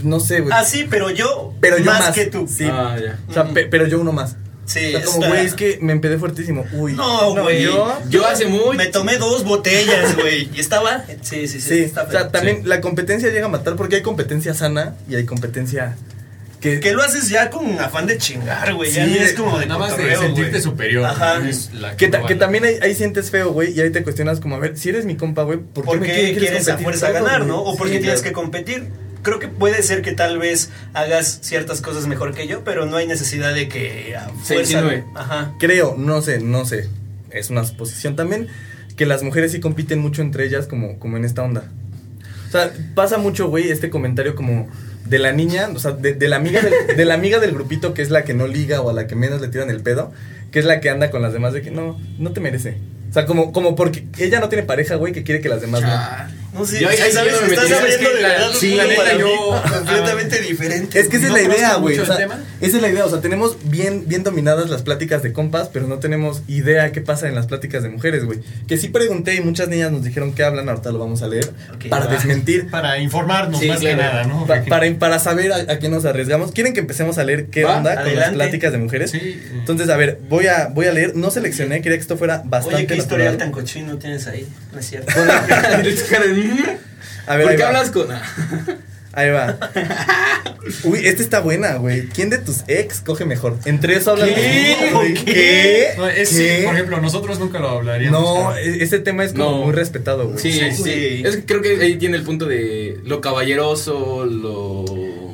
Speaker 1: No sé, güey.
Speaker 3: Ah, sí, pero yo,
Speaker 1: pero yo
Speaker 3: más,
Speaker 1: más,
Speaker 3: que tú.
Speaker 1: Sí.
Speaker 2: Ah, ya.
Speaker 1: O sea, pe- pero yo uno más. O
Speaker 3: Sí,
Speaker 1: sea, como,
Speaker 3: está-
Speaker 1: güey, es que me empedé fuertísimo. Uy.
Speaker 3: No, güey.
Speaker 1: yo-
Speaker 2: Yo hace mucho.
Speaker 3: Me tomé dos botellas, güey. Y estaba. Sí, sí, sí.
Speaker 1: Sí,
Speaker 3: está
Speaker 1: o sea,
Speaker 3: feo.
Speaker 1: también la competencia llega a matar porque hay competencia sana y hay competencia que,
Speaker 3: Que lo haces ya con afán de chingar, güey. ya
Speaker 4: Sí,
Speaker 3: ni
Speaker 4: de-
Speaker 3: es como de
Speaker 4: nada más de
Speaker 3: cotorreo,
Speaker 4: sentirte
Speaker 3: güey.
Speaker 4: superior.
Speaker 3: Ajá.
Speaker 4: ¿no? Es la
Speaker 1: que, ta-
Speaker 4: global.
Speaker 1: que también ahí, ahí sientes feo, güey, y ahí te cuestionas como, a ver, si eres mi compa, güey, ¿por qué
Speaker 3: porque
Speaker 1: me
Speaker 3: quieres, a
Speaker 1: competir
Speaker 3: fuerza
Speaker 1: todo,
Speaker 3: ganar,
Speaker 1: güey?
Speaker 3: ¿no? O
Speaker 1: Sí,
Speaker 3: porque tienes
Speaker 1: claro.
Speaker 3: que competir. Creo que puede ser que tal vez hagas ciertas cosas mejor que yo, pero no hay necesidad de que a
Speaker 2: Se
Speaker 3: fuerza-
Speaker 2: insinúe.
Speaker 3: Ajá.
Speaker 1: creo, no sé, no sé, es una suposición también, que las mujeres sí compiten mucho entre ellas como, como en esta onda. O sea, pasa mucho, güey, este comentario como de la niña, o sea, de, de la amiga del, de la amiga del grupito que es la que no liga o a la que menos le tiran el pedo, que es la que anda con las demás de que no, no te merece. O sea, como, como porque ella no tiene pareja, güey, que quiere que las demás no.
Speaker 2: Chale.
Speaker 3: No sé,
Speaker 2: Yo ahí- ahí
Speaker 3: ¿sabes?
Speaker 2: sí yo me
Speaker 3: Estás
Speaker 2: metí.
Speaker 3: abriendo
Speaker 4: Es que
Speaker 3: de
Speaker 4: la-
Speaker 3: verdad un
Speaker 4: sí,
Speaker 3: mundo
Speaker 4: la neta,
Speaker 3: para
Speaker 4: yo-
Speaker 3: mí
Speaker 4: ajá.
Speaker 3: completamente diferente.
Speaker 1: Es que esa
Speaker 4: No
Speaker 1: es la idea,
Speaker 4: conozco
Speaker 1: güey.
Speaker 4: mucho
Speaker 1: o sea,
Speaker 4: el tema.
Speaker 1: esa es la idea. O sea, tenemos bien, bien dominadas las pláticas de compas, pero no tenemos idea qué pasa en las pláticas de mujeres, güey. Que sí pregunté y muchas niñas nos dijeron que hablan, ahorita lo vamos a leer,
Speaker 3: Ok,
Speaker 1: para
Speaker 3: va.
Speaker 1: desmentir.
Speaker 4: Para informarnos
Speaker 2: Sí,
Speaker 4: más
Speaker 2: claro.
Speaker 4: que nada, ¿no?
Speaker 1: pa- para, para saber a, a qué nos arriesgamos. ¿Quieren que empecemos a leer qué
Speaker 2: Va,
Speaker 1: onda con las
Speaker 3: adelante.
Speaker 1: pláticas de mujeres?
Speaker 4: Sí.
Speaker 1: Entonces, a ver, voy a, voy a leer. No seleccioné, quería que esto fuera bastante
Speaker 3: Oye, qué historial tan
Speaker 1: natural.
Speaker 3: cochino tienes ahí. No es cierto.
Speaker 1: A ver,
Speaker 2: ¿Por
Speaker 1: ahí
Speaker 2: qué
Speaker 1: va.
Speaker 2: hablas con.? Ah,
Speaker 1: Ahí va. Uy, esta está buena, güey. ¿Quién de tus ex coge mejor? Entre eso hablan.
Speaker 4: ¿Qué?
Speaker 1: güey.
Speaker 4: ¿Qué?
Speaker 1: ¿Qué?
Speaker 4: No, es, sí,
Speaker 1: ¿Qué?
Speaker 4: por ejemplo, nosotros nunca lo hablaríamos.
Speaker 1: No,
Speaker 4: claro.
Speaker 1: e- ese tema es como
Speaker 2: No.
Speaker 1: muy respetado, güey.
Speaker 2: Sí, sí,
Speaker 3: sí.
Speaker 2: Es que creo que ahí tiene el punto de lo caballeroso, lo.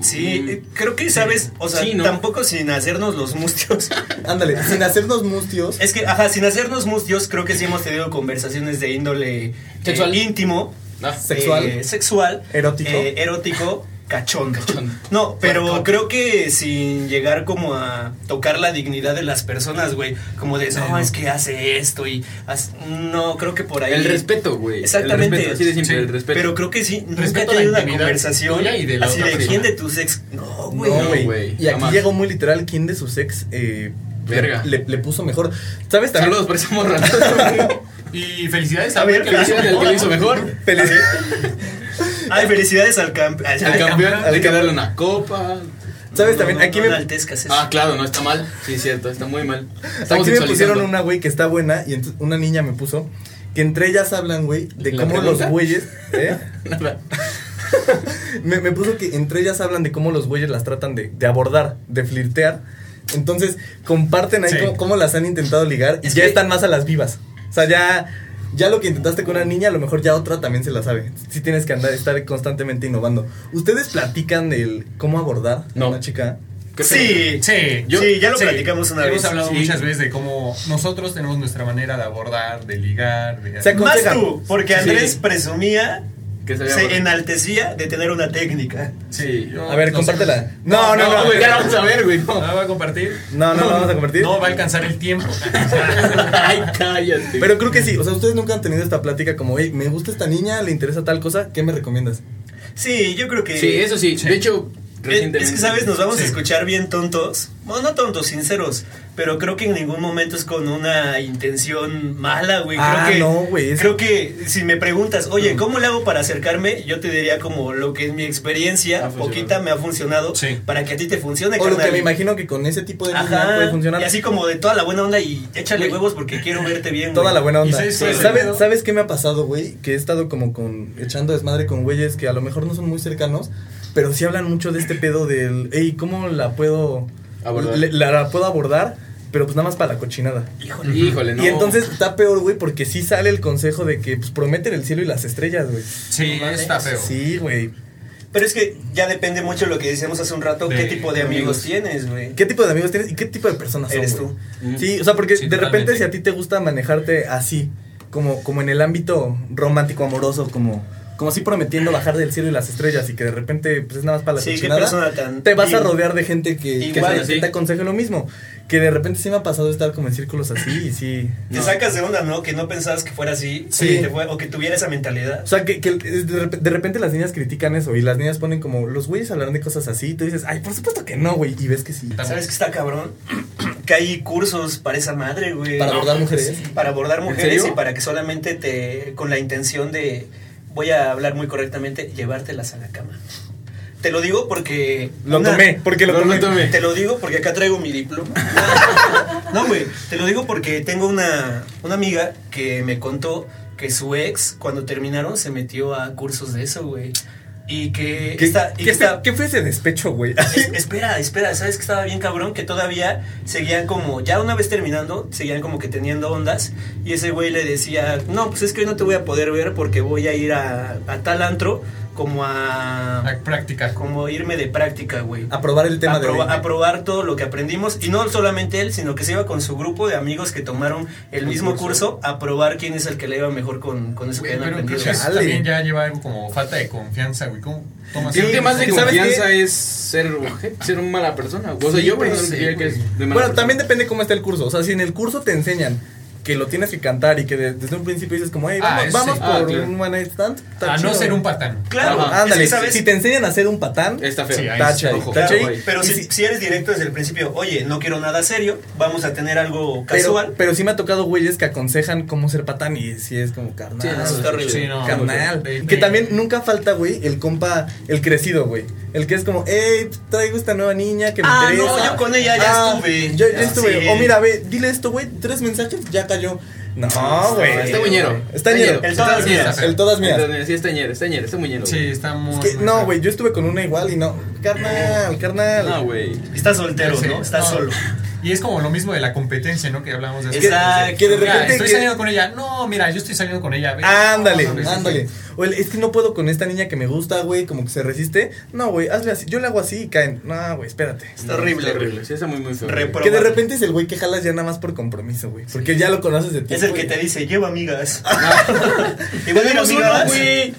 Speaker 3: Sí,
Speaker 2: Mm.
Speaker 3: eh, creo que sabes, o sea,
Speaker 2: Sí, ¿no?
Speaker 3: tampoco sin hacernos los mustios.
Speaker 1: Ándale, sin hacernos mustios.
Speaker 3: es que, ajá, sin hacernos mustios, creo que sí hemos tenido conversaciones de índole eh,
Speaker 2: Sexual.
Speaker 3: íntimo,
Speaker 2: Ah,
Speaker 1: Sexual.
Speaker 3: eh, sexual,
Speaker 1: Erótico.
Speaker 3: eh, erótico, cachondo.
Speaker 2: Cachondo.
Speaker 3: No, pero
Speaker 2: Puerco.
Speaker 3: creo que sin llegar como a tocar la dignidad de las personas, güey, como de, no, es que hace esto y hace-". no, creo que por ahí
Speaker 2: El respeto, güey.
Speaker 3: Exactamente.
Speaker 2: El respeto, así de simple,
Speaker 4: Sí.
Speaker 2: el respeto.
Speaker 3: Pero creo que sí, nunca he
Speaker 4: Respeto a la
Speaker 3: tenido una
Speaker 4: intimidad
Speaker 3: conversación
Speaker 4: tuya y de la
Speaker 3: así
Speaker 4: otra
Speaker 3: de quién
Speaker 4: persona.
Speaker 3: de tus ex. No, güey.
Speaker 1: No, güey.
Speaker 2: güey,
Speaker 1: y aquí
Speaker 2: jamás.
Speaker 1: llegó muy literal quién de sus ex eh,
Speaker 2: Verga.
Speaker 1: Le, le puso mejor. ¿Sabes también?
Speaker 2: Saludos por esa morra.
Speaker 4: Y felicidades
Speaker 3: A
Speaker 4: a
Speaker 3: ver,
Speaker 4: ver que lo hizo
Speaker 2: Felicidades al que lo hizo mejor.
Speaker 1: Feliz-
Speaker 3: Ay, felicidades al campeón.
Speaker 2: Al campeón,
Speaker 1: campeón.
Speaker 2: hay que darle una copa.
Speaker 1: ¿Sabes también? Aquí me,
Speaker 2: Ah, claro, no está mal. Sí, cierto, está muy mal.
Speaker 1: aquí
Speaker 2: Estamos
Speaker 1: me
Speaker 2: sexualizando.
Speaker 1: pusieron una, güey, que está buena. Y entonces una niña me puso que entre ellas hablan, güey, de
Speaker 2: ¿La
Speaker 1: cómo
Speaker 2: pregunta?
Speaker 1: los güeyes. ¿eh?
Speaker 2: Nada.
Speaker 1: me, me puso que entre ellas hablan de cómo los güeyes las tratan de, de abordar, de flirtear. Entonces, comparten ahí
Speaker 4: Sí.
Speaker 1: cómo, cómo las han intentado ligar y
Speaker 3: Es
Speaker 1: ya
Speaker 3: que-
Speaker 1: están más a las vivas. O sea, ya, ya lo que intentaste con una niña, a lo mejor ya otra también se la sabe. Sí tienes que andar, estar constantemente innovando. ¿Ustedes platican del cómo abordar
Speaker 2: No.
Speaker 1: a una chica?
Speaker 2: Creo que-
Speaker 3: Sí,
Speaker 4: Sí,
Speaker 3: Yo- Sí, ya lo platicamos una vez.
Speaker 4: Hemos hablado
Speaker 2: Sí.
Speaker 4: muchas veces de cómo nosotros tenemos nuestra manera de abordar, de ligar, de...
Speaker 1: Se-
Speaker 3: más
Speaker 1: Aconseja.
Speaker 3: tú, porque
Speaker 2: Sí.
Speaker 3: Andrés presumía,
Speaker 2: Que se vea
Speaker 3: se
Speaker 2: bueno.
Speaker 3: enaltecía de tener una técnica.
Speaker 2: Sí.
Speaker 4: yo-
Speaker 1: A ver,
Speaker 4: nosotros-
Speaker 1: compártela. No, no, no.
Speaker 2: güey, ya la vamos a ver, güey.
Speaker 4: ¿No
Speaker 2: No.
Speaker 4: la Ah, va a compartir?
Speaker 1: No, no, la vamos a compartir.
Speaker 4: No, va a alcanzar el tiempo.
Speaker 2: Ay, cállate.
Speaker 1: Pero creo que sí, o sea, ustedes nunca han tenido esta plática como, hey, me gusta esta niña, le interesa tal cosa, ¿qué me recomiendas?
Speaker 3: Sí, yo creo que.
Speaker 2: Sí, eso sí. De hecho,
Speaker 3: Eh,
Speaker 2: recientemente.
Speaker 3: Es que, ¿sabes? Nos vamos
Speaker 4: Sí.
Speaker 3: a escuchar bien tontos. Bueno, no tontos, sinceros. Pero creo que en ningún momento es con una intención mala, güey. Creo
Speaker 1: Ah,
Speaker 3: que,
Speaker 1: no, güey, es-
Speaker 3: Creo que si me preguntas, oye, ¿cómo le hago para acercarme? Yo te diría como lo que en mi experiencia,
Speaker 2: Ha funcionado.
Speaker 3: poquita, me ha funcionado.
Speaker 4: Sí.
Speaker 3: Para que a ti te funcione,
Speaker 1: O lo que
Speaker 3: carnal.
Speaker 1: me imagino que con ese tipo de niña
Speaker 3: Ajá.
Speaker 1: puede funcionar.
Speaker 3: Y así como de toda la buena onda y échale
Speaker 2: Güey.
Speaker 3: huevos porque quiero verte bien.
Speaker 1: Toda
Speaker 3: güey.
Speaker 1: la buena
Speaker 4: ¿Y
Speaker 1: onda.
Speaker 4: sabes
Speaker 1: ¿Sabes,
Speaker 4: cuál
Speaker 2: es el
Speaker 1: ¿sabes,
Speaker 4: pedo?
Speaker 1: qué me ha pasado, güey? Que he estado como con echando desmadre con güeyes que a lo mejor no son muy cercanos, pero sí hablan mucho de este pedo del, hey, ¿cómo la puedo
Speaker 2: Abordar.
Speaker 1: le- la, la puedo abordar? Pero pues nada más para la cochinada.
Speaker 3: Híjole.
Speaker 2: Híjole, no.
Speaker 1: Y entonces está peor, güey, porque sí sale el consejo de que pues prometen el cielo y las estrellas, güey.
Speaker 4: Sí, está feo.
Speaker 1: Sí, güey.
Speaker 3: Pero es que ya depende mucho de lo que decíamos hace un rato,
Speaker 4: De
Speaker 3: qué tipo de
Speaker 2: amigos.
Speaker 3: amigos, tienes, güey.
Speaker 1: ¿Qué tipo de amigos tienes y qué tipo de personas son,
Speaker 3: Eres
Speaker 1: güey?
Speaker 3: tú.
Speaker 2: Mm.
Speaker 1: Sí, o sea, porque
Speaker 4: Sí,
Speaker 1: de repente
Speaker 4: totalmente.
Speaker 1: si a ti te gusta manejarte así, como, como en el ámbito romántico, amoroso, como, como así prometiendo bajar del cielo y las estrellas y que de repente pues, es nada más para la
Speaker 3: Sí, qué
Speaker 1: cochinada,
Speaker 3: persona tan-
Speaker 1: te vas a
Speaker 3: y-
Speaker 1: rodear de gente que, que,
Speaker 3: Igual,
Speaker 1: se- que
Speaker 2: sí.
Speaker 1: te aconseje lo mismo. Que de repente sí me ha pasado estar como en círculos así y sí...
Speaker 3: Te
Speaker 2: No.
Speaker 3: sacas de onda, ¿no? Que no pensabas que fuera así.
Speaker 1: Sí.
Speaker 3: que te fue- o que tuviera esa mentalidad.
Speaker 1: O sea, que, que de, rep- de repente las niñas critican eso y las niñas ponen como, los güeyes hablarán de cosas así y tú dices, ay, por supuesto que no, güey, y ves que sí.
Speaker 3: ¿Sabes qué está cabrón? que hay cursos para esa madre, güey.
Speaker 1: Para abordar mujeres.
Speaker 3: Para abordar mujeres y
Speaker 2: serio?
Speaker 3: para que solamente te. con la intención de. voy a hablar muy correctamente, llevártelas a la cama. Te lo digo porque.
Speaker 1: Lo
Speaker 3: una-
Speaker 1: tomé, porque lo
Speaker 2: No, no
Speaker 1: tomé.
Speaker 2: tomé.
Speaker 3: Te lo digo porque acá traigo mi diploma. No, güey, te lo digo porque tengo una, una amiga que me contó que su ex, cuando terminaron, se metió a cursos de eso, güey. y que...
Speaker 6: ¿Qué,
Speaker 3: está- y
Speaker 6: qué
Speaker 3: que
Speaker 6: fue-
Speaker 3: está-
Speaker 6: qué fue ese despecho, güey?
Speaker 3: Es- espera, espera, ¿sabes que estaba bien cabrón? Que todavía seguían como, ya una vez terminando, seguían como que teniendo ondas. Y ese güey le decía, no, pues es que hoy no te voy a poder ver porque voy a ir a, a tal antro como
Speaker 4: La
Speaker 3: a...
Speaker 4: práctica.
Speaker 3: Como irme de práctica, güey.
Speaker 1: A probar el tema
Speaker 3: a,
Speaker 1: de
Speaker 3: proba-
Speaker 1: hoy.
Speaker 3: a probar todo lo que aprendimos y no solamente él, sino que se iba con su grupo de amigos que tomaron el mismo curso, a probar quién es el que le iba mejor con, con eso que
Speaker 4: Güey,
Speaker 3: habían
Speaker 4: pero creo
Speaker 3: aprendido.
Speaker 4: que eso
Speaker 1: Chale.
Speaker 4: también ya lleva algo como falta de confianza, güey. ¿Cómo tomas
Speaker 2: Creo que más de
Speaker 1: Sí, ¿sabes qué?
Speaker 2: confianza es ser, oje- ser una mala persona. güey. O sea,
Speaker 3: Sí,
Speaker 2: yo
Speaker 3: pues,
Speaker 2: personalmente
Speaker 3: sí,
Speaker 2: diría que es de mala
Speaker 1: Bueno,
Speaker 2: persona.
Speaker 1: también depende cómo está el curso. O sea, si en el curso te enseñan que lo tienes que cantar y que de- desde un principio dices como, hey,
Speaker 4: Ah,
Speaker 1: vamos,
Speaker 4: eso
Speaker 1: vamos
Speaker 4: sí.
Speaker 2: Ah,
Speaker 1: por
Speaker 2: claro.
Speaker 1: un one night stand. está
Speaker 4: A no
Speaker 1: chido.
Speaker 4: ser un patán.
Speaker 3: Claro,
Speaker 2: Ajá.
Speaker 1: Ándale,
Speaker 3: es que, ¿sabes?
Speaker 1: si te enseñan a ser un patán,
Speaker 2: Está feo.
Speaker 4: Sí, ahí
Speaker 1: tacha,
Speaker 4: es, ojo.
Speaker 1: tacha
Speaker 3: Claro,
Speaker 1: ahí.
Speaker 3: pero
Speaker 1: Y
Speaker 3: si,
Speaker 1: si-
Speaker 3: si eres directo desde el principio, oye, no quiero nada serio, vamos a tener algo
Speaker 1: pero,
Speaker 3: casual.
Speaker 1: pero sí me ha tocado güeyes que aconsejan cómo ser patán y si es como carnal.
Speaker 2: Sí, no,
Speaker 3: eso está horrible.
Speaker 4: Sí, no.
Speaker 1: carnal.
Speaker 4: De- de-
Speaker 1: que también nunca falta, güey, el compa, el crecido, güey. El que es como, hey, traigo esta nueva niña que me
Speaker 3: Ah,
Speaker 1: interesa.
Speaker 3: no, yo con ella ya
Speaker 1: Ah,
Speaker 3: estuve.
Speaker 1: Yo
Speaker 3: Ah,
Speaker 1: ya estuve.
Speaker 3: sí.
Speaker 1: O mira, ve, dile esto, güey, tres mensajes, ya cayó. No, güey.
Speaker 2: Está buñero.
Speaker 1: Está ñero.
Speaker 3: El todas
Speaker 2: ñero.
Speaker 3: mías.
Speaker 1: El todas mías.
Speaker 2: Entonces, Sí, está ñero, está ñero, está muy ñero.
Speaker 4: Sí,
Speaker 2: güey.
Speaker 4: está muy.
Speaker 1: Es que, no, güey, yo estuve con una igual y no. Carnal, carnal.
Speaker 2: No, güey.
Speaker 3: Estás soltero,
Speaker 4: Sí,
Speaker 3: ¿no? Estás
Speaker 4: no.
Speaker 3: solo.
Speaker 4: Y es como lo mismo de la competencia, ¿no? Que hablamos de
Speaker 1: Que-
Speaker 3: Exacto.
Speaker 1: Que de
Speaker 4: Mira,
Speaker 1: repente.
Speaker 4: estoy
Speaker 1: que-
Speaker 4: saliendo con ella. No, mira, yo estoy saliendo con ella. ve.
Speaker 1: Ándale,
Speaker 4: No, no, no,
Speaker 1: ándale.
Speaker 4: sí, sí.
Speaker 1: O el, es que no puedo con esta niña que me gusta, güey, como que se resiste. No, güey, hazle así. Yo le hago así y caen. No, güey, espérate.
Speaker 3: Está horrible.
Speaker 2: Está horrible. Sí, está muy, muy feo. güey.
Speaker 3: Repro-
Speaker 1: Que de repente es el güey que jalas ya nada más por compromiso, güey. Porque ya lo conoces de ti.
Speaker 3: Es el que te dice, lleva amigas. y
Speaker 2: Tenemos
Speaker 3: volvemos amigas.
Speaker 2: uno, güey.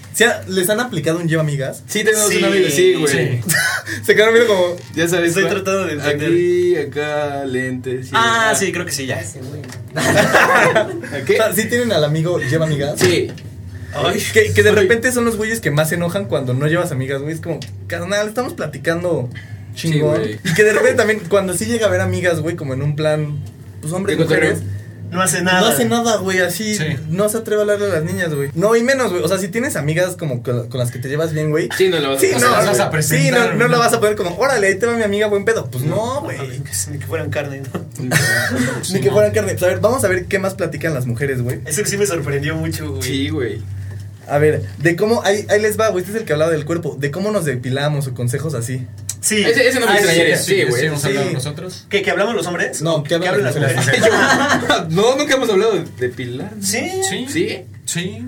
Speaker 1: ¿Les han aplicado un lleva amigas?
Speaker 2: Sí, tenemos
Speaker 3: Sí.
Speaker 2: una vida. Sí, güey.
Speaker 1: Se quedaron viendo como.
Speaker 2: Ya sabes.
Speaker 3: Estoy
Speaker 2: cuál.
Speaker 3: tratando de entender.
Speaker 2: Aquí, acá, lentes.
Speaker 3: Ah, sí, creo que sí, ya.
Speaker 5: Ese güey.
Speaker 1: ¿Qué? ¿Sí tienen al amigo lleva amigas?
Speaker 2: Sí.
Speaker 3: Ay,
Speaker 1: Que, que de
Speaker 2: Ay.
Speaker 1: repente son los güeyes que más se enojan cuando no llevas amigas, güey. Es como, carnal, estamos platicando chingón.
Speaker 2: Sí, güey.
Speaker 1: y que de repente también, cuando sí llega a ver amigas, güey, como en un plan, pues hombres,
Speaker 2: De cotorreo.
Speaker 1: mujeres,
Speaker 3: no hace nada.
Speaker 1: no hace nada, güey, así,
Speaker 4: Sí.
Speaker 1: no se atreve a hablarle a las niñas, güey. No, y menos, güey. O sea, si tienes amigas como con, con las que te llevas bien, güey.
Speaker 2: Sí, no la vas a
Speaker 1: Sí,
Speaker 2: pasar.
Speaker 1: no,
Speaker 4: las vas a
Speaker 1: güey.
Speaker 4: presentar,
Speaker 1: sí, no,
Speaker 4: güey.
Speaker 1: no la vas a poner como, órale, ahí te va mi amiga, buen pedo. Pues no, güey.
Speaker 3: Ay, que se- que fueran carne, ¿no?
Speaker 1: Ni que fueran carne. Pues, a ver, vamos a ver qué más platican las mujeres, güey.
Speaker 3: Eso sí me sorprendió mucho, güey.
Speaker 2: Sí, güey.
Speaker 1: A ver, de cómo, ahí, ahí les va, güey, este es el que hablaba del cuerpo, de cómo nos depilamos o consejos así.
Speaker 3: Sí.
Speaker 2: Ese- ese no me
Speaker 3: Ah,
Speaker 2: extrañaría. Sí, güey,
Speaker 4: Sí, hemos
Speaker 1: sí.
Speaker 4: hablado nosotros.
Speaker 3: ¿Qué, que hablamos los hombres?
Speaker 1: No, que
Speaker 3: que
Speaker 1: hablan
Speaker 3: hablan las
Speaker 1: las
Speaker 3: mujeres.
Speaker 2: no, nunca hemos hablado de, de Pilar.
Speaker 3: Sí.
Speaker 4: Sí.
Speaker 2: ¿Sí?
Speaker 4: Sí.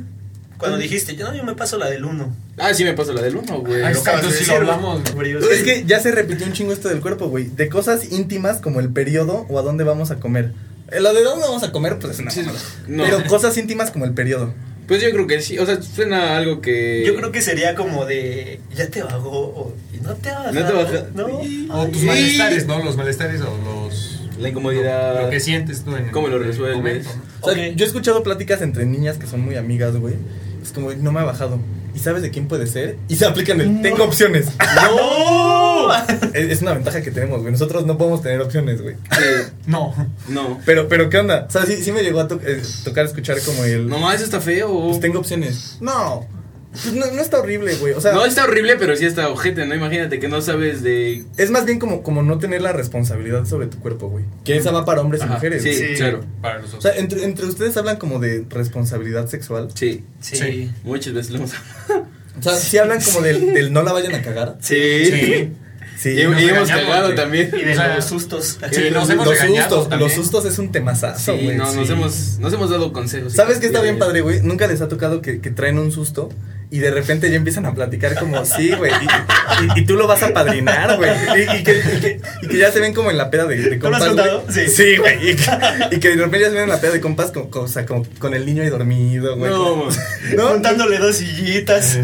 Speaker 3: Cuando dijiste, yo no, yo me paso la del uno.
Speaker 2: Ah, sí me pasó la del uno, güey.
Speaker 4: Ahí
Speaker 2: Lo
Speaker 4: está,
Speaker 2: acabas de
Speaker 4: entonces sí lo
Speaker 2: decir, güey.
Speaker 4: hablamos. güey.
Speaker 1: Es que ya se repitió un chingo esto del cuerpo, güey, de cosas íntimas como el periodo o a dónde vamos a comer. Eh, Lo de dónde vamos a comer, pues es una
Speaker 2: Sí,
Speaker 1: mamada.
Speaker 2: no.
Speaker 1: Pero cosas íntimas como el periodo.
Speaker 2: Pues yo creo que sí. O sea, suena algo que.
Speaker 3: Yo creo que sería como de, ya te bajó, o y no te bajó.
Speaker 2: No te bajó.
Speaker 3: No.
Speaker 4: O tus
Speaker 2: Sí.
Speaker 4: malestares, ¿no? Los malestares o los.
Speaker 2: La incomodidad.
Speaker 4: Lo que sientes tú en.
Speaker 2: ¿Cómo lo
Speaker 4: en el
Speaker 2: resuelves?
Speaker 4: momento, ¿no?
Speaker 1: O sea,
Speaker 3: Ok.
Speaker 1: yo he escuchado pláticas entre niñas que son muy amigas, güey. Es como, no me ha bajado. ¿Y sabes de quién puede ser? Y se aplican el, tengo opciones.
Speaker 3: ¡No!
Speaker 1: es, es una ventaja que tenemos, güey. Nosotros no podemos tener opciones, güey.
Speaker 2: Sí,
Speaker 4: No.
Speaker 2: no.
Speaker 1: Pero, pero, ¿qué onda? O sea, sí, sí me llegó a to- eh, tocar escuchar como el...
Speaker 2: No, eso está feo.
Speaker 1: Pues tengo opciones. No. Pues no, no está horrible, güey. O sea,
Speaker 2: No, está horrible, pero sí está ojete, ¿no? Imagínate que no sabes de.
Speaker 1: es más bien como, como no tener la responsabilidad sobre tu cuerpo, güey. Que esa va para hombres
Speaker 2: Ajá,
Speaker 1: y mujeres.
Speaker 2: Sí,
Speaker 1: güey.
Speaker 2: claro.
Speaker 4: Para
Speaker 1: O
Speaker 4: nosotros.
Speaker 1: sea, entre, entre ustedes hablan como de responsabilidad sexual.
Speaker 2: Sí.
Speaker 3: Sí.
Speaker 4: Sí.
Speaker 2: Muchas veces lo hemos hablado.
Speaker 1: O sea, sí hablan como del, del no la vayan a cagar.
Speaker 2: Sí.
Speaker 4: Sí.
Speaker 1: Sí.
Speaker 2: Y, y
Speaker 4: nos
Speaker 2: hemos
Speaker 4: engañamos,
Speaker 2: cagado
Speaker 4: güey.
Speaker 2: también.
Speaker 3: Y de
Speaker 4: O sea,
Speaker 3: los sustos.
Speaker 4: sí, nos hemos
Speaker 1: los
Speaker 4: regañado
Speaker 1: sustos,
Speaker 4: también.
Speaker 1: los sustos es un temazazo,
Speaker 2: Sí,
Speaker 1: güey.
Speaker 2: no, Nos,
Speaker 1: Sí.
Speaker 2: hemos, nos hemos dado consejos.
Speaker 1: ¿Sabes qué está
Speaker 2: Sí.
Speaker 1: bien padre, güey? Nunca les ha tocado que, que traen un susto y de repente ya empiezan a platicar como, sí, güey, y, y- y tú lo vas a padrinar, güey. Y, y que, y que- y que ya se ven como en la peda de, de
Speaker 3: ¿No lo has
Speaker 1: compas. güey.
Speaker 3: contado? Sí.
Speaker 1: Sí, güey. Y, que- y que de repente ya se ven en la peda de compas con, con, o sea, como con el niño ahí dormido, güey.
Speaker 2: No,
Speaker 1: ¿No?
Speaker 3: Contándole dos sillitas.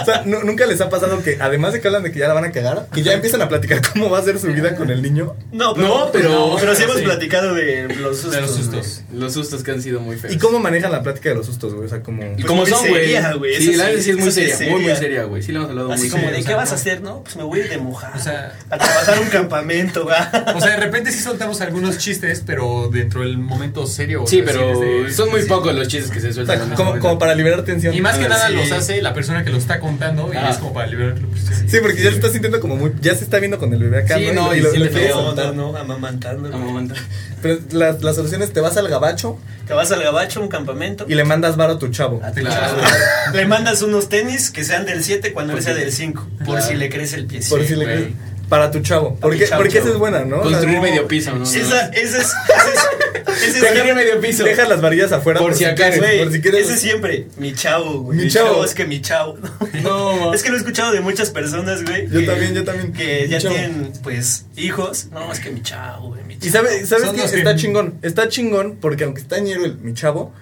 Speaker 1: O sea, nu- nunca les ha pasado que, además de que hablan de que ya la van a cagar, que ya empiezan a platicar cómo va a ser su vida con el niño.
Speaker 3: No,
Speaker 2: No, pero-
Speaker 3: sí hemos
Speaker 4: sí.
Speaker 3: platicado de los sustos.
Speaker 4: De los sustos.
Speaker 2: los sustos que han sido muy feos.
Speaker 1: ¿Y cómo manejan la plática de los sustos, güey? O sea, como...
Speaker 2: Y
Speaker 3: Pues
Speaker 2: como
Speaker 3: muy
Speaker 2: son, güey.
Speaker 3: seria, güey,
Speaker 2: Sí,
Speaker 3: eso
Speaker 2: la
Speaker 3: sí,
Speaker 2: verdad sí es muy
Speaker 3: eso sí
Speaker 2: seria,
Speaker 3: es
Speaker 2: muy, muy
Speaker 3: seria.
Speaker 2: seria, güey. Sí, le hemos hablado
Speaker 3: Así
Speaker 2: muy
Speaker 3: como,
Speaker 2: serio.
Speaker 3: ¿de
Speaker 4: o
Speaker 3: qué
Speaker 4: sea,
Speaker 3: vas a
Speaker 4: no.
Speaker 3: hacer? No, pues me voy a ir de mojado.
Speaker 4: O sea-
Speaker 3: a trabajar un campamento, va.
Speaker 4: O sea, de repente sí soltamos algunos chistes, pero dentro del momento serio. o
Speaker 2: Sí,
Speaker 4: sea,
Speaker 2: pero
Speaker 4: desde-
Speaker 2: son muy
Speaker 4: sí.
Speaker 2: pocos los chistes que se
Speaker 1: O
Speaker 2: sueltan. en
Speaker 1: sea,
Speaker 2: ese
Speaker 1: como,
Speaker 2: momento.
Speaker 1: como para liberar tensión.
Speaker 4: Y más que
Speaker 2: Ah,
Speaker 4: nada
Speaker 2: sí.
Speaker 4: los hace la persona que lo está contando y
Speaker 2: Ah.
Speaker 4: es como para liberar la presión.
Speaker 1: Sí, porque ya se está sintiendo como muy. Ya se está viendo con el bebé acá.
Speaker 2: Sí, no,
Speaker 1: Y
Speaker 2: y
Speaker 1: lo-
Speaker 2: sí
Speaker 1: lo
Speaker 2: le
Speaker 1: quieres
Speaker 2: veo,
Speaker 1: soltar.
Speaker 3: no, amamantando.
Speaker 2: Ah, momento.
Speaker 1: Pero la, la solución es: te vas al gabacho,
Speaker 3: Te vas al gabacho, un campamento.
Speaker 1: Y le mandas varo a tu chavo.
Speaker 2: Ah,
Speaker 3: a tu
Speaker 2: Claro.
Speaker 3: chavo. Le mandas unos tenis que sean del 7 cuando él
Speaker 2: Por
Speaker 3: sea
Speaker 2: si-
Speaker 3: del 5. Por
Speaker 2: Claro.
Speaker 3: si le crece el pie.
Speaker 1: por si le-
Speaker 2: güey.
Speaker 1: Para tu chavo. Porque,
Speaker 3: mi chavo,
Speaker 1: porque
Speaker 3: chavo.
Speaker 1: esa es buena, ¿no? O sea,
Speaker 2: Construir medio piso, ¿no?
Speaker 3: Sí, Esa, esa es. Esa es, esa es
Speaker 1: Construir
Speaker 3: siempre-
Speaker 1: medio piso. Dejas las varillas afuera.
Speaker 2: Por si acaso.
Speaker 1: quieres,
Speaker 3: güey,
Speaker 1: por si quieres.
Speaker 3: Ese siempre. Mi chavo, güey.
Speaker 1: Mi chavo.
Speaker 3: Es que mi chavo.
Speaker 1: No,
Speaker 3: Es que lo he escuchado de muchas personas, güey.
Speaker 1: Yo
Speaker 3: que-
Speaker 1: también, yo también.
Speaker 3: Que
Speaker 1: Mi
Speaker 3: ya
Speaker 1: chavo.
Speaker 3: tienen, pues, hijos. No, es que mi chavo, güey. Mi
Speaker 1: Y
Speaker 3: chavo.
Speaker 1: sabe, sabes
Speaker 4: Son
Speaker 1: que
Speaker 4: los
Speaker 1: está
Speaker 4: que-
Speaker 1: chingón. Está chingón porque aunque está ñero el, mi chavo,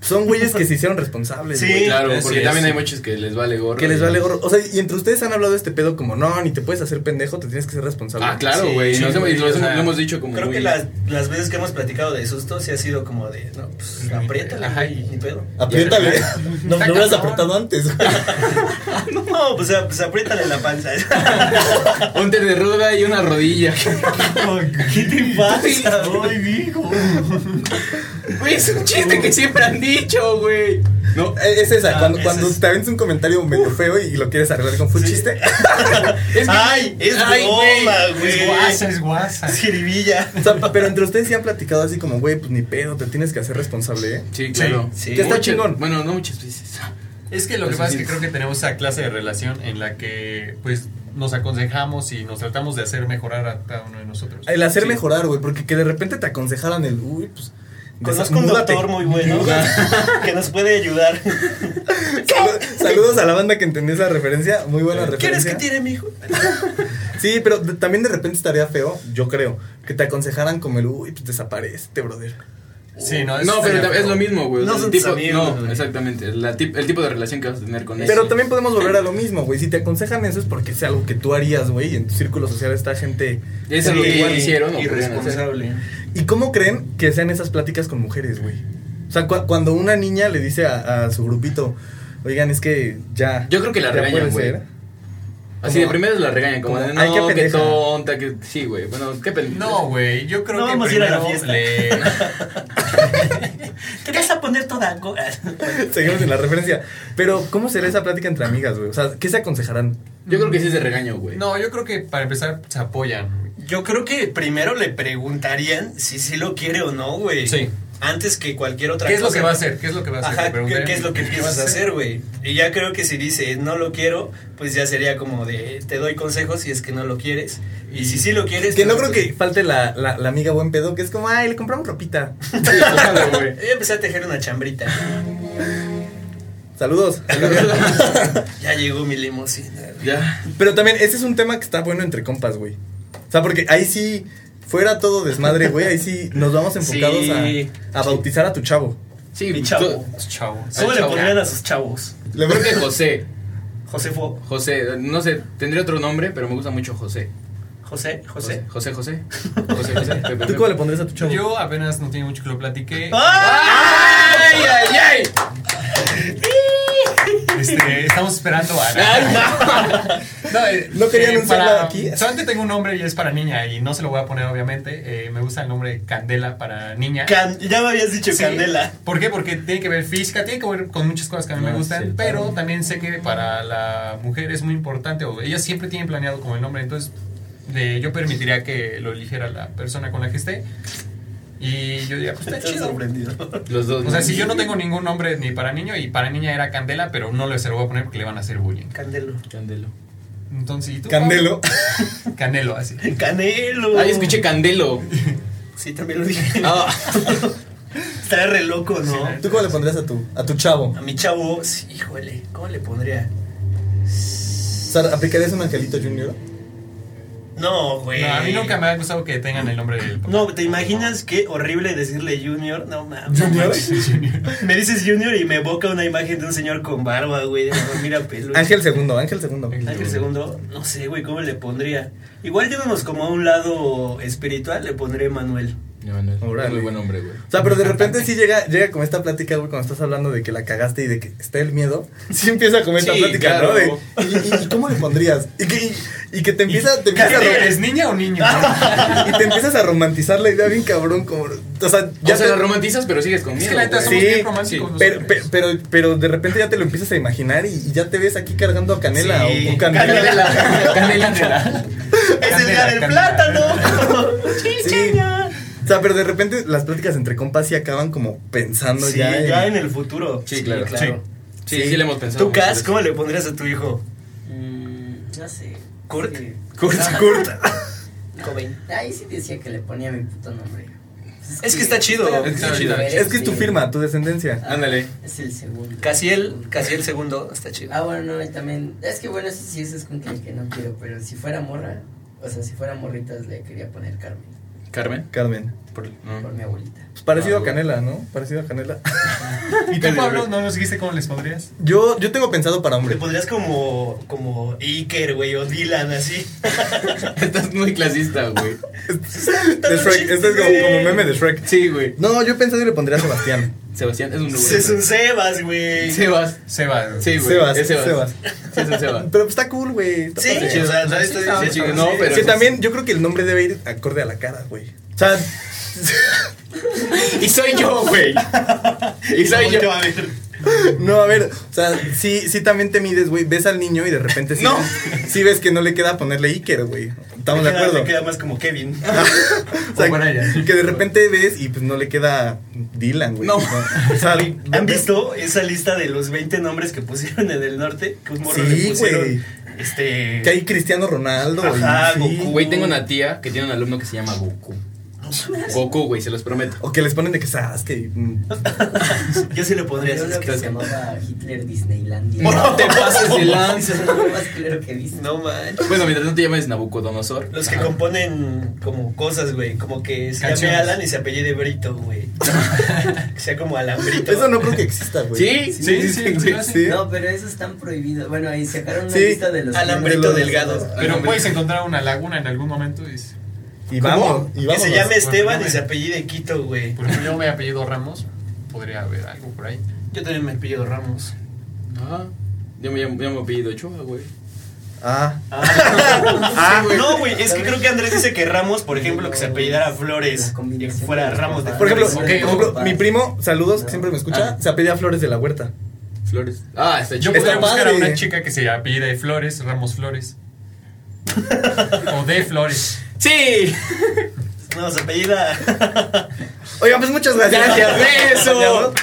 Speaker 1: son güeyes que se hicieron responsables.
Speaker 3: Sí.
Speaker 1: güey.
Speaker 2: Claro, porque
Speaker 4: Así
Speaker 2: también
Speaker 4: es.
Speaker 2: hay muchos que les vale gorro.
Speaker 1: Que les
Speaker 2: y-
Speaker 1: vale gorro. O sea, y entre ustedes han hablado de este pedo como, no, ni te puedes hacer pendejo, te tienes que ser responsable.
Speaker 2: Ah, claro,
Speaker 3: Sí,
Speaker 2: güey.
Speaker 3: sí,
Speaker 2: nos hemos-
Speaker 3: güey,
Speaker 2: lo,
Speaker 3: o sea,
Speaker 2: lo hemos dicho como.
Speaker 3: Creo
Speaker 2: muy-
Speaker 3: que las, las veces que hemos platicado de sustos sí ha sido como de, no, pues apriétale,
Speaker 2: Ajá,
Speaker 3: güey, ni pedo.
Speaker 1: Apriétale. No,
Speaker 4: Está
Speaker 1: no hubieras
Speaker 4: cabrón.
Speaker 1: apretado antes.
Speaker 3: No, pues, a- pues apriétale la panza.
Speaker 2: Un té de ruda y una rodilla.
Speaker 3: ¿Qué te pasa? güey?
Speaker 4: viejo.
Speaker 2: Güey, es un chiste que siempre han dicho, güey. No.
Speaker 1: Eh, Es esa,
Speaker 3: Ah,
Speaker 1: cuando,
Speaker 3: ese
Speaker 1: cuando
Speaker 3: es-
Speaker 1: te avientas un comentario medio feo y, y lo quieres arreglar con fue un
Speaker 3: Sí.
Speaker 1: chiste.
Speaker 2: Es que-
Speaker 3: Ay, es
Speaker 2: Ay,
Speaker 3: broma,
Speaker 4: Es guasa,
Speaker 3: güey.
Speaker 4: es guasa.
Speaker 3: Jiribilla.
Speaker 1: O sea, pero entre ustedes sí han platicado así como, güey, pues ni pedo, te tienes que hacer responsable, ¿eh?
Speaker 2: Sí, claro.
Speaker 3: sí.
Speaker 1: Que está
Speaker 2: Muchas-
Speaker 1: chingón.
Speaker 2: Bueno, no muchas veces.
Speaker 4: Es que lo
Speaker 2: Pues
Speaker 4: que pasa
Speaker 2: así
Speaker 4: es que
Speaker 2: es.
Speaker 4: creo que tenemos esa clase de relación en la que pues nos aconsejamos y nos tratamos de hacer mejorar a cada uno de nosotros.
Speaker 1: El hacer
Speaker 4: Sí.
Speaker 1: mejorar, güey, porque que de repente te aconsejaran el, uy, pues.
Speaker 3: Conozco un
Speaker 1: desamúdate".
Speaker 3: doctor muy bueno que nos puede ayudar.
Speaker 1: Salu- Saludos a la banda que entendió esa referencia, muy buena
Speaker 3: ¿Quieres
Speaker 1: referencia.
Speaker 3: que tire mi hijo?
Speaker 1: Sí, pero de- también de repente estaría feo, yo creo, que te aconsejaran como el, uy, pues desaparecete, brother.
Speaker 4: Sí, no,
Speaker 2: No, pero
Speaker 4: sería
Speaker 2: es lo
Speaker 4: feo.
Speaker 2: mismo, güey.
Speaker 3: No
Speaker 2: O sea, el
Speaker 3: son
Speaker 2: tipo,
Speaker 3: tus amigos,
Speaker 2: No,
Speaker 3: güey.
Speaker 2: exactamente. la tip- el tipo de relación que vas a tener con
Speaker 1: Pero
Speaker 2: ese.
Speaker 1: también podemos volver a lo mismo, güey. Si te aconsejan eso es porque es algo que tú harías, güey, y en tu círculo social está gente.
Speaker 2: Es algo que
Speaker 1: Sí.
Speaker 2: igual hicieron o
Speaker 3: Irresponsable.
Speaker 1: ¿Y cómo creen que sean esas pláticas con mujeres, güey? O sea, cu- cuando una niña le dice a, a su grupito, oigan, es que ya.
Speaker 2: Yo creo que la
Speaker 1: ya
Speaker 2: regañan,
Speaker 1: puede
Speaker 2: güey.
Speaker 1: ser".
Speaker 2: Así de
Speaker 1: Como-
Speaker 2: primero la regañan, como,
Speaker 1: como,
Speaker 2: de,
Speaker 1: "Ay, qué
Speaker 2: no, qué,
Speaker 1: pendeja".
Speaker 2: tonta, que sí, güey. Bueno, qué pendeja.
Speaker 4: No, güey, yo creo
Speaker 3: No
Speaker 4: que
Speaker 3: vamos a ir a la
Speaker 4: primero le-
Speaker 3: ¿Te vas a poner toda go-
Speaker 1: Seguimos en la referencia. Pero, ¿cómo será esa plática entre amigas, güey? O sea, ¿qué se aconsejarán?
Speaker 2: Yo creo que sí es de regaño, güey.
Speaker 4: No, yo creo que para empezar se apoyan.
Speaker 3: Yo creo que primero le preguntarían si sí lo quiere o no, güey.
Speaker 4: Sí.
Speaker 3: Antes que cualquier otra
Speaker 4: ¿Qué es lo
Speaker 3: cosa.
Speaker 4: que va a hacer? ¿Qué es lo que va a hacer? Le
Speaker 3: Ajá, ¿qué,
Speaker 4: preguntaría,
Speaker 3: qué es lo que piensas hacer, güey? Y ya creo que si dice no lo quiero, pues ya sería como de te doy consejos si es que no lo quieres. Y si sí lo quieres.
Speaker 1: Que no
Speaker 3: pues,
Speaker 1: creo que falte la, la, la amiga buen pedo, que es como, ay, le compramos ropita.
Speaker 2: Sí, claro, güey.
Speaker 3: Yo eh, empecé a tejer una chambrita.
Speaker 1: Saludos.
Speaker 3: Ya llegó mi limusina.
Speaker 2: Ya.
Speaker 1: Pero también, ese es un tema que está bueno entre compas, güey. O sea, porque ahí sí, fuera todo desmadre, güey, ahí sí nos vamos enfocados
Speaker 3: Sí.
Speaker 1: a, a bautizar a tu chavo.
Speaker 2: Sí,
Speaker 3: Mi chavo.
Speaker 2: so-
Speaker 4: Los chavos.
Speaker 2: Ay,
Speaker 3: ¿Cómo le
Speaker 2: chavo.
Speaker 3: pondrían a sus chavos?
Speaker 1: Le-
Speaker 2: Creo que José.
Speaker 3: Josefo.
Speaker 2: José, no sé, tendría otro nombre, pero me gusta mucho José.
Speaker 3: José, José.
Speaker 2: José, José. José, José. José, Pepe,
Speaker 1: ¿Tú
Speaker 2: Pepe.
Speaker 1: cómo le pondrías a tu chavo?
Speaker 4: Yo apenas no tiene mucho que lo platiqué. ¡Ah!
Speaker 3: Ah,
Speaker 2: ¡Ay, ay, ay!
Speaker 4: Este, estamos esperando a. No, eh,
Speaker 1: No quería
Speaker 4: eh,
Speaker 1: anunciarla
Speaker 4: para-
Speaker 1: aquí.
Speaker 4: Solamente tengo un nombre y es para niña y no se lo voy a poner, obviamente. Eh, me gusta el nombre Candela para niña.
Speaker 3: Can- ya me habías dicho
Speaker 4: Sí.
Speaker 3: Candela.
Speaker 4: ¿Por qué? Porque tiene que ver física, tiene que ver con muchas cosas que a mí
Speaker 2: Ah,
Speaker 4: me gustan,
Speaker 2: sí,
Speaker 4: pero
Speaker 2: claro.
Speaker 4: también sé que para la mujer es muy importante, o ellas siempre tienen planeado como el nombre, entonces eh, yo permitiría que lo eligiera la persona con la que esté. Y yo diría, pues está
Speaker 3: Estoy
Speaker 4: chido.
Speaker 3: sorprendido.
Speaker 2: Los dos.
Speaker 4: O sea, si yo no tengo ningún nombre ni para niño, y para niña era Candela, pero no le se lo voy a poner porque le van a hacer bullying.
Speaker 3: Candelo.
Speaker 2: Candelo.
Speaker 4: Entonces, ¿y tú?
Speaker 1: Candelo.
Speaker 4: Canelo, así.
Speaker 3: Canelo.
Speaker 2: Ay, Ah, escuché Candelo.
Speaker 3: Sí, también lo dije.
Speaker 2: Ah.
Speaker 3: Estaría re loco, ¿no?
Speaker 1: ¿Tú cómo le pondrías a tu, a tu chavo?
Speaker 3: A mi chavo, sí, híjole, ¿cómo le pondría?
Speaker 1: O sea, ¿aplicarías un angelito junior?
Speaker 3: No, güey.
Speaker 4: No, a mí nunca me ha gustado que tengan el nombre del papá.
Speaker 3: No, ¿te imaginas qué horrible decirle Junior? No mames.
Speaker 1: ¿Junior?
Speaker 3: Me dices Junior y me evoca una imagen de un señor con barba, güey. De mira peludo.
Speaker 1: Ángel segundo, Ángel segundo.
Speaker 3: Ángel segundo, no sé, güey, ¿cómo le pondría? Igual yéndonos como a un lado espiritual, le pondré Manuel.
Speaker 2: Manuel.
Speaker 1: Órale.
Speaker 2: Muy buen hombre, güey.
Speaker 1: O sea, pero de repente sí llega, llega como esta plática, güey, cuando estás hablando de que la cagaste y de que está el miedo, sí empieza como esta
Speaker 2: Sí,
Speaker 1: plática,
Speaker 2: claro.
Speaker 1: ¿no? De, ¿y, y- y cómo le pondrías? Y que, y, y que te empieza, te empieza a
Speaker 4: Candela,
Speaker 1: rom-
Speaker 4: ¿Eres niña o niño?
Speaker 1: y te empiezas a romantizar la idea bien cabrón, como, o sea,
Speaker 2: Ya
Speaker 1: ya
Speaker 2: o sea,
Speaker 1: te-
Speaker 2: lo romantizas, pero sigues con
Speaker 4: Es
Speaker 2: miedo.
Speaker 4: que la neta
Speaker 2: güey.
Speaker 4: somos
Speaker 1: Sí,
Speaker 4: bien románticos.
Speaker 2: sí.
Speaker 1: pero,
Speaker 4: nosotros.
Speaker 1: pero, pero, pero de repente ya te lo empiezas a imaginar y, y ya te ves aquí cargando a Canela
Speaker 3: Sí,
Speaker 1: o con Canela.
Speaker 2: Candela. Candela.
Speaker 3: ¡Es el día
Speaker 4: Candela,
Speaker 3: del
Speaker 4: Candela.
Speaker 3: plátano!
Speaker 1: Sí. O sea, pero de repente las pláticas entre compas sí acaban como pensando
Speaker 3: Sí,
Speaker 1: ya. en-
Speaker 3: ya en el futuro.
Speaker 2: Sí, claro. Sí,
Speaker 1: Sí.
Speaker 2: sí, le hemos pensado.
Speaker 3: ¿Tú,
Speaker 2: muchas
Speaker 3: Cas,
Speaker 2: veces.
Speaker 3: cómo le pondrías a tu hijo?
Speaker 5: Mm, no sé.
Speaker 3: ¿Kurt?
Speaker 5: Sí.
Speaker 3: Kurt,
Speaker 5: Ah,
Speaker 3: Kurt.
Speaker 5: Cobain. Ahí sí decía que le ponía mi puto nombre.
Speaker 3: Es que está chido.
Speaker 2: Está chido.
Speaker 1: Es que es tu firma, tu descendencia.
Speaker 2: Ándale.
Speaker 5: Es el segundo.
Speaker 3: Casiel, Casiel segundo, está chido.
Speaker 5: Ah, bueno, no, y también. Es que bueno, eso sí, eso es con que, que no quiero. Pero si fuera morra, o sea, si fuera morritas, le quería poner Carmen.
Speaker 2: Carmen.
Speaker 1: Carmen.
Speaker 2: Por,
Speaker 5: Por
Speaker 2: no.
Speaker 5: mi abuelita.
Speaker 1: Pues parecido
Speaker 2: Ah,
Speaker 1: a
Speaker 2: bueno.
Speaker 1: Canela, ¿no? Parecido a Canela.
Speaker 4: ¿Y tú, Pablo, no nos dijiste cómo les pondrías?
Speaker 1: Yo, yo tengo pensado para
Speaker 3: Te
Speaker 1: hombre.
Speaker 3: pondrías como, como Iker, güey, o Dylan, así.
Speaker 2: Estás muy clasista, güey.
Speaker 1: De Shrek. Este es como, como meme de Shrek.
Speaker 2: Sí, güey.
Speaker 1: No, yo he pensado y le pondría a Sebastián.
Speaker 2: Sebastián es un lugar.
Speaker 3: Es un Sebas, güey.
Speaker 2: Sebas.
Speaker 4: Sebas.
Speaker 2: Sí, güey.
Speaker 1: Sebas,
Speaker 2: es Sebas.
Speaker 1: Sebas.
Speaker 2: Sí, es un Sebas.
Speaker 1: Pero pues está cool, güey. Está
Speaker 3: Sí,
Speaker 1: padre.
Speaker 3: o sea, no estoy
Speaker 2: Sí,
Speaker 3: diciendo-
Speaker 2: chico, no, pero-
Speaker 1: Que también yo creo que el nombre debe ir acorde a la cara, güey. O sea,
Speaker 2: Y soy yo, güey. Y soy yo.
Speaker 3: Volteo a ver.
Speaker 1: no, a ver, o sea, sí, sí también te mides, güey. Ves al niño y de repente sí,
Speaker 2: No.
Speaker 1: sí ves que no le queda ponerle Iker, güey. Estamos
Speaker 3: Me
Speaker 1: de
Speaker 3: queda-
Speaker 1: acuerdo.
Speaker 3: me queda más como Kevin.
Speaker 1: O sea,
Speaker 4: O Brian.
Speaker 1: que de repente ves y pues no le queda Dylan, güey.
Speaker 2: No.
Speaker 1: O sea,
Speaker 3: ¿Han visto esa lista de los 20 nombres que pusieron en el norte? Que un morro
Speaker 1: Sí,
Speaker 3: le pusieron.
Speaker 1: güey.
Speaker 3: Este.
Speaker 1: Que hay Cristiano Ronaldo, güey.
Speaker 3: Ajá, Goku.
Speaker 2: Güey, tengo una tía que tiene un alumno que se llama Goku. Goku, güey, se los prometo.
Speaker 1: O que les ponen de que Sasuke. y, mm,
Speaker 3: Yo sí le pondría
Speaker 5: Yo
Speaker 3: así.
Speaker 5: creo que se llamaba Hitler Disneylandia.
Speaker 2: No te pases de lanza.
Speaker 5: Eso es lo más culero que dice.
Speaker 3: No manches.
Speaker 2: Bueno, mientras no te llames Nabucodonosor.
Speaker 3: Los que
Speaker 2: Ajá.
Speaker 3: componen como cosas, güey. Como que se llame
Speaker 4: Canciones.
Speaker 3: Alan y se apellide Brito, güey. que sea como Alambrito.
Speaker 1: Eso no creo que exista, güey.
Speaker 2: Sí, sí, sí, sí, sí.
Speaker 5: No, pero eso están prohibido. Bueno, ahí sacaron una
Speaker 1: Sí,
Speaker 5: lista de los.
Speaker 3: alambrito
Speaker 5: primeros-
Speaker 3: delgado.
Speaker 4: Pero puedes encontrar una laguna en algún momento y dices,
Speaker 1: Y vamos, y
Speaker 3: Que
Speaker 1: vamos.
Speaker 3: se llame Esteban
Speaker 4: Bueno,
Speaker 3: y se apellide Quito, güey.
Speaker 4: por ejemplo, yo me apellido Ramos, podría haber algo por ahí.
Speaker 3: Yo también me apellido Ramos.
Speaker 2: Ajá. Yo me llamo, yo me apellido Ochoa, güey.
Speaker 1: Ah,
Speaker 3: Ah, no, güey, es que creo que Andrés dice que Ramos, por ejemplo, que se apellidara Flores
Speaker 5: La
Speaker 3: y que
Speaker 5: combinación
Speaker 3: fuera
Speaker 5: de-
Speaker 3: Ramos de
Speaker 1: por ejemplo,
Speaker 3: Flores.
Speaker 1: por
Speaker 4: Ok,
Speaker 1: ejemplo, mi primo, saludos, que siempre me escucha, se apellida Flores de la Huerta.
Speaker 2: Flores. Ah, está
Speaker 4: Yo
Speaker 2: chido.
Speaker 1: Está
Speaker 4: podría buscar a
Speaker 1: padre.
Speaker 4: una chica que se apellida Flores, Ramos Flores. o de Flores.
Speaker 2: Sí.
Speaker 3: No, se apellida.
Speaker 1: Oigan, pues muchas gracias.
Speaker 2: Gracias, eso.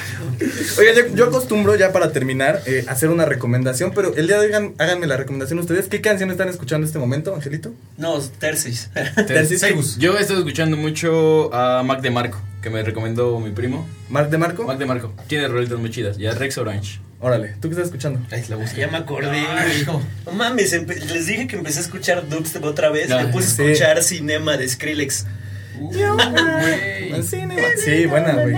Speaker 1: Oigan, yo, yo acostumbro ya para terminar eh, hacer una recomendación, pero el día de hoy hagan- háganme la recomendación ustedes. ¿Qué canción están escuchando en este momento, Angelito?
Speaker 3: no, Tercis.
Speaker 1: Tercis.
Speaker 4: Segus.
Speaker 2: Este, Yo he estado escuchando mucho a Mac de Marco, que me recomendó mi primo.
Speaker 1: ¿Marc de Marco?
Speaker 2: Mac de Marco. Tiene rolitas muy chidas. Ya Rex Orange.
Speaker 1: Órale, ¿tú qué estás escuchando?
Speaker 2: Ahí se la busqué.
Speaker 3: Ya me acordé,
Speaker 4: Ay,
Speaker 3: güey.
Speaker 4: hijo.
Speaker 3: No mames, empe- les dije que empecé a escuchar dubstep otra vez.
Speaker 2: No,
Speaker 3: me puse
Speaker 1: sí.
Speaker 3: a escuchar Cinema de Skrillex.
Speaker 1: En cine, va. Pues Sí, buena, güey.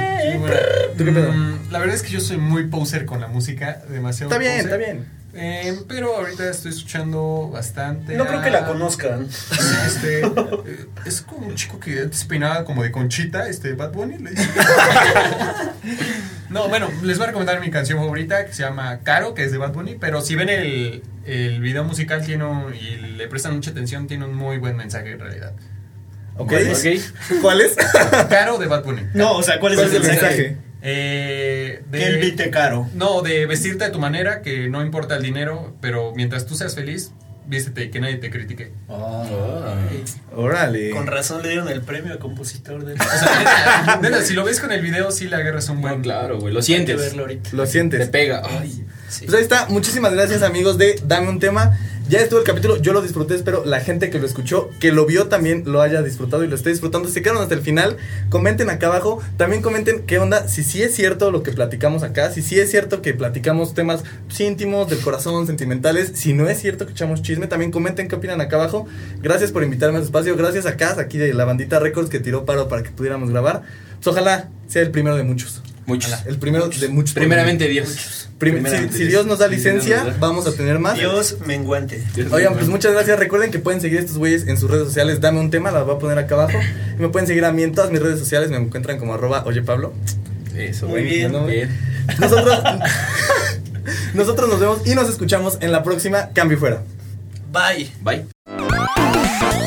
Speaker 1: ¿Tú qué pedo?
Speaker 4: Mm, la verdad es que yo soy muy poser con la música, demasiado.
Speaker 1: Está bien,
Speaker 4: poser.
Speaker 1: está bien.
Speaker 4: Eh, pero ahorita estoy escuchando bastante.
Speaker 3: No creo que la
Speaker 4: a-
Speaker 3: conozcan.
Speaker 4: Este, eh, es como un chico que antes peinaba como de conchita, este Bad Bunny. le dice. no, bueno, les voy a recomendar mi canción favorita que se llama Caro, que es de Bad Bunny. Pero si ven el, el video musical tiene un- y le prestan mucha atención, tiene un muy buen mensaje en realidad.
Speaker 1: ¿Ok?
Speaker 2: Ok.
Speaker 1: ¿Cuál es?
Speaker 4: Caro de Bad Bunny.
Speaker 3: No, o sea, ¿cuál es
Speaker 1: ¿Cuál
Speaker 3: el mensaje?
Speaker 4: Eh, de-
Speaker 3: Que él vite caro.
Speaker 4: No, de vestirte de tu manera, que no importa el dinero, pero mientras tú seas feliz, vístete y que nadie te critique.
Speaker 2: Ah.
Speaker 1: Órale.
Speaker 3: Con razón le dieron el premio a compositor de.
Speaker 4: O sea, neta, neta, si lo ves con el video, sí le agarras un buen.
Speaker 2: Bueno, claro, güey. Lo
Speaker 3: Hay que
Speaker 2: sientes.
Speaker 3: verlo ahorita.
Speaker 1: Lo sientes.
Speaker 2: Te pega. Ay.
Speaker 3: Sí.
Speaker 1: Pues ahí está, muchísimas gracias amigos de Dame un tema. Ya estuvo el capítulo, yo lo disfruté, espero la gente que lo escuchó, que lo vio también lo haya disfrutado y lo esté disfrutando. Si se quedaron hasta el final, comenten acá abajo. También comenten qué onda, si sí es cierto lo que platicamos acá, si sí es cierto que platicamos temas pues, íntimos, del corazón, sentimentales, si no es cierto que echamos chisme, también comenten qué opinan acá abajo. Gracias por invitarme a su espacio, gracias a Cas, aquí de la bandita Records que tiró paro para que pudiéramos grabar. Pues ojalá sea el primero de muchos.
Speaker 2: Muchos.
Speaker 1: El primero de muchos.
Speaker 2: Primeramente Dios.
Speaker 1: Prim-
Speaker 2: Primeramente
Speaker 1: si, si Dios nos da licencia,
Speaker 2: nos da.
Speaker 1: vamos a tener más.
Speaker 3: Dios menguante.
Speaker 2: Dios
Speaker 1: Oigan,
Speaker 2: nos
Speaker 1: pues
Speaker 2: da.
Speaker 1: muchas gracias. Recuerden que pueden seguir a estos güeyes en sus redes sociales. Dame un tema, las voy a poner acá abajo. Y me pueden seguir a mí en todas mis redes sociales. Me encuentran como arroba oye Pablo.
Speaker 2: Eso,
Speaker 3: Muy
Speaker 2: güey.
Speaker 3: bien.
Speaker 2: ¿no?
Speaker 1: Nosotros, nosotros nos vemos y nos escuchamos en la próxima Cambio y Fuera.
Speaker 3: Bye.
Speaker 2: Bye.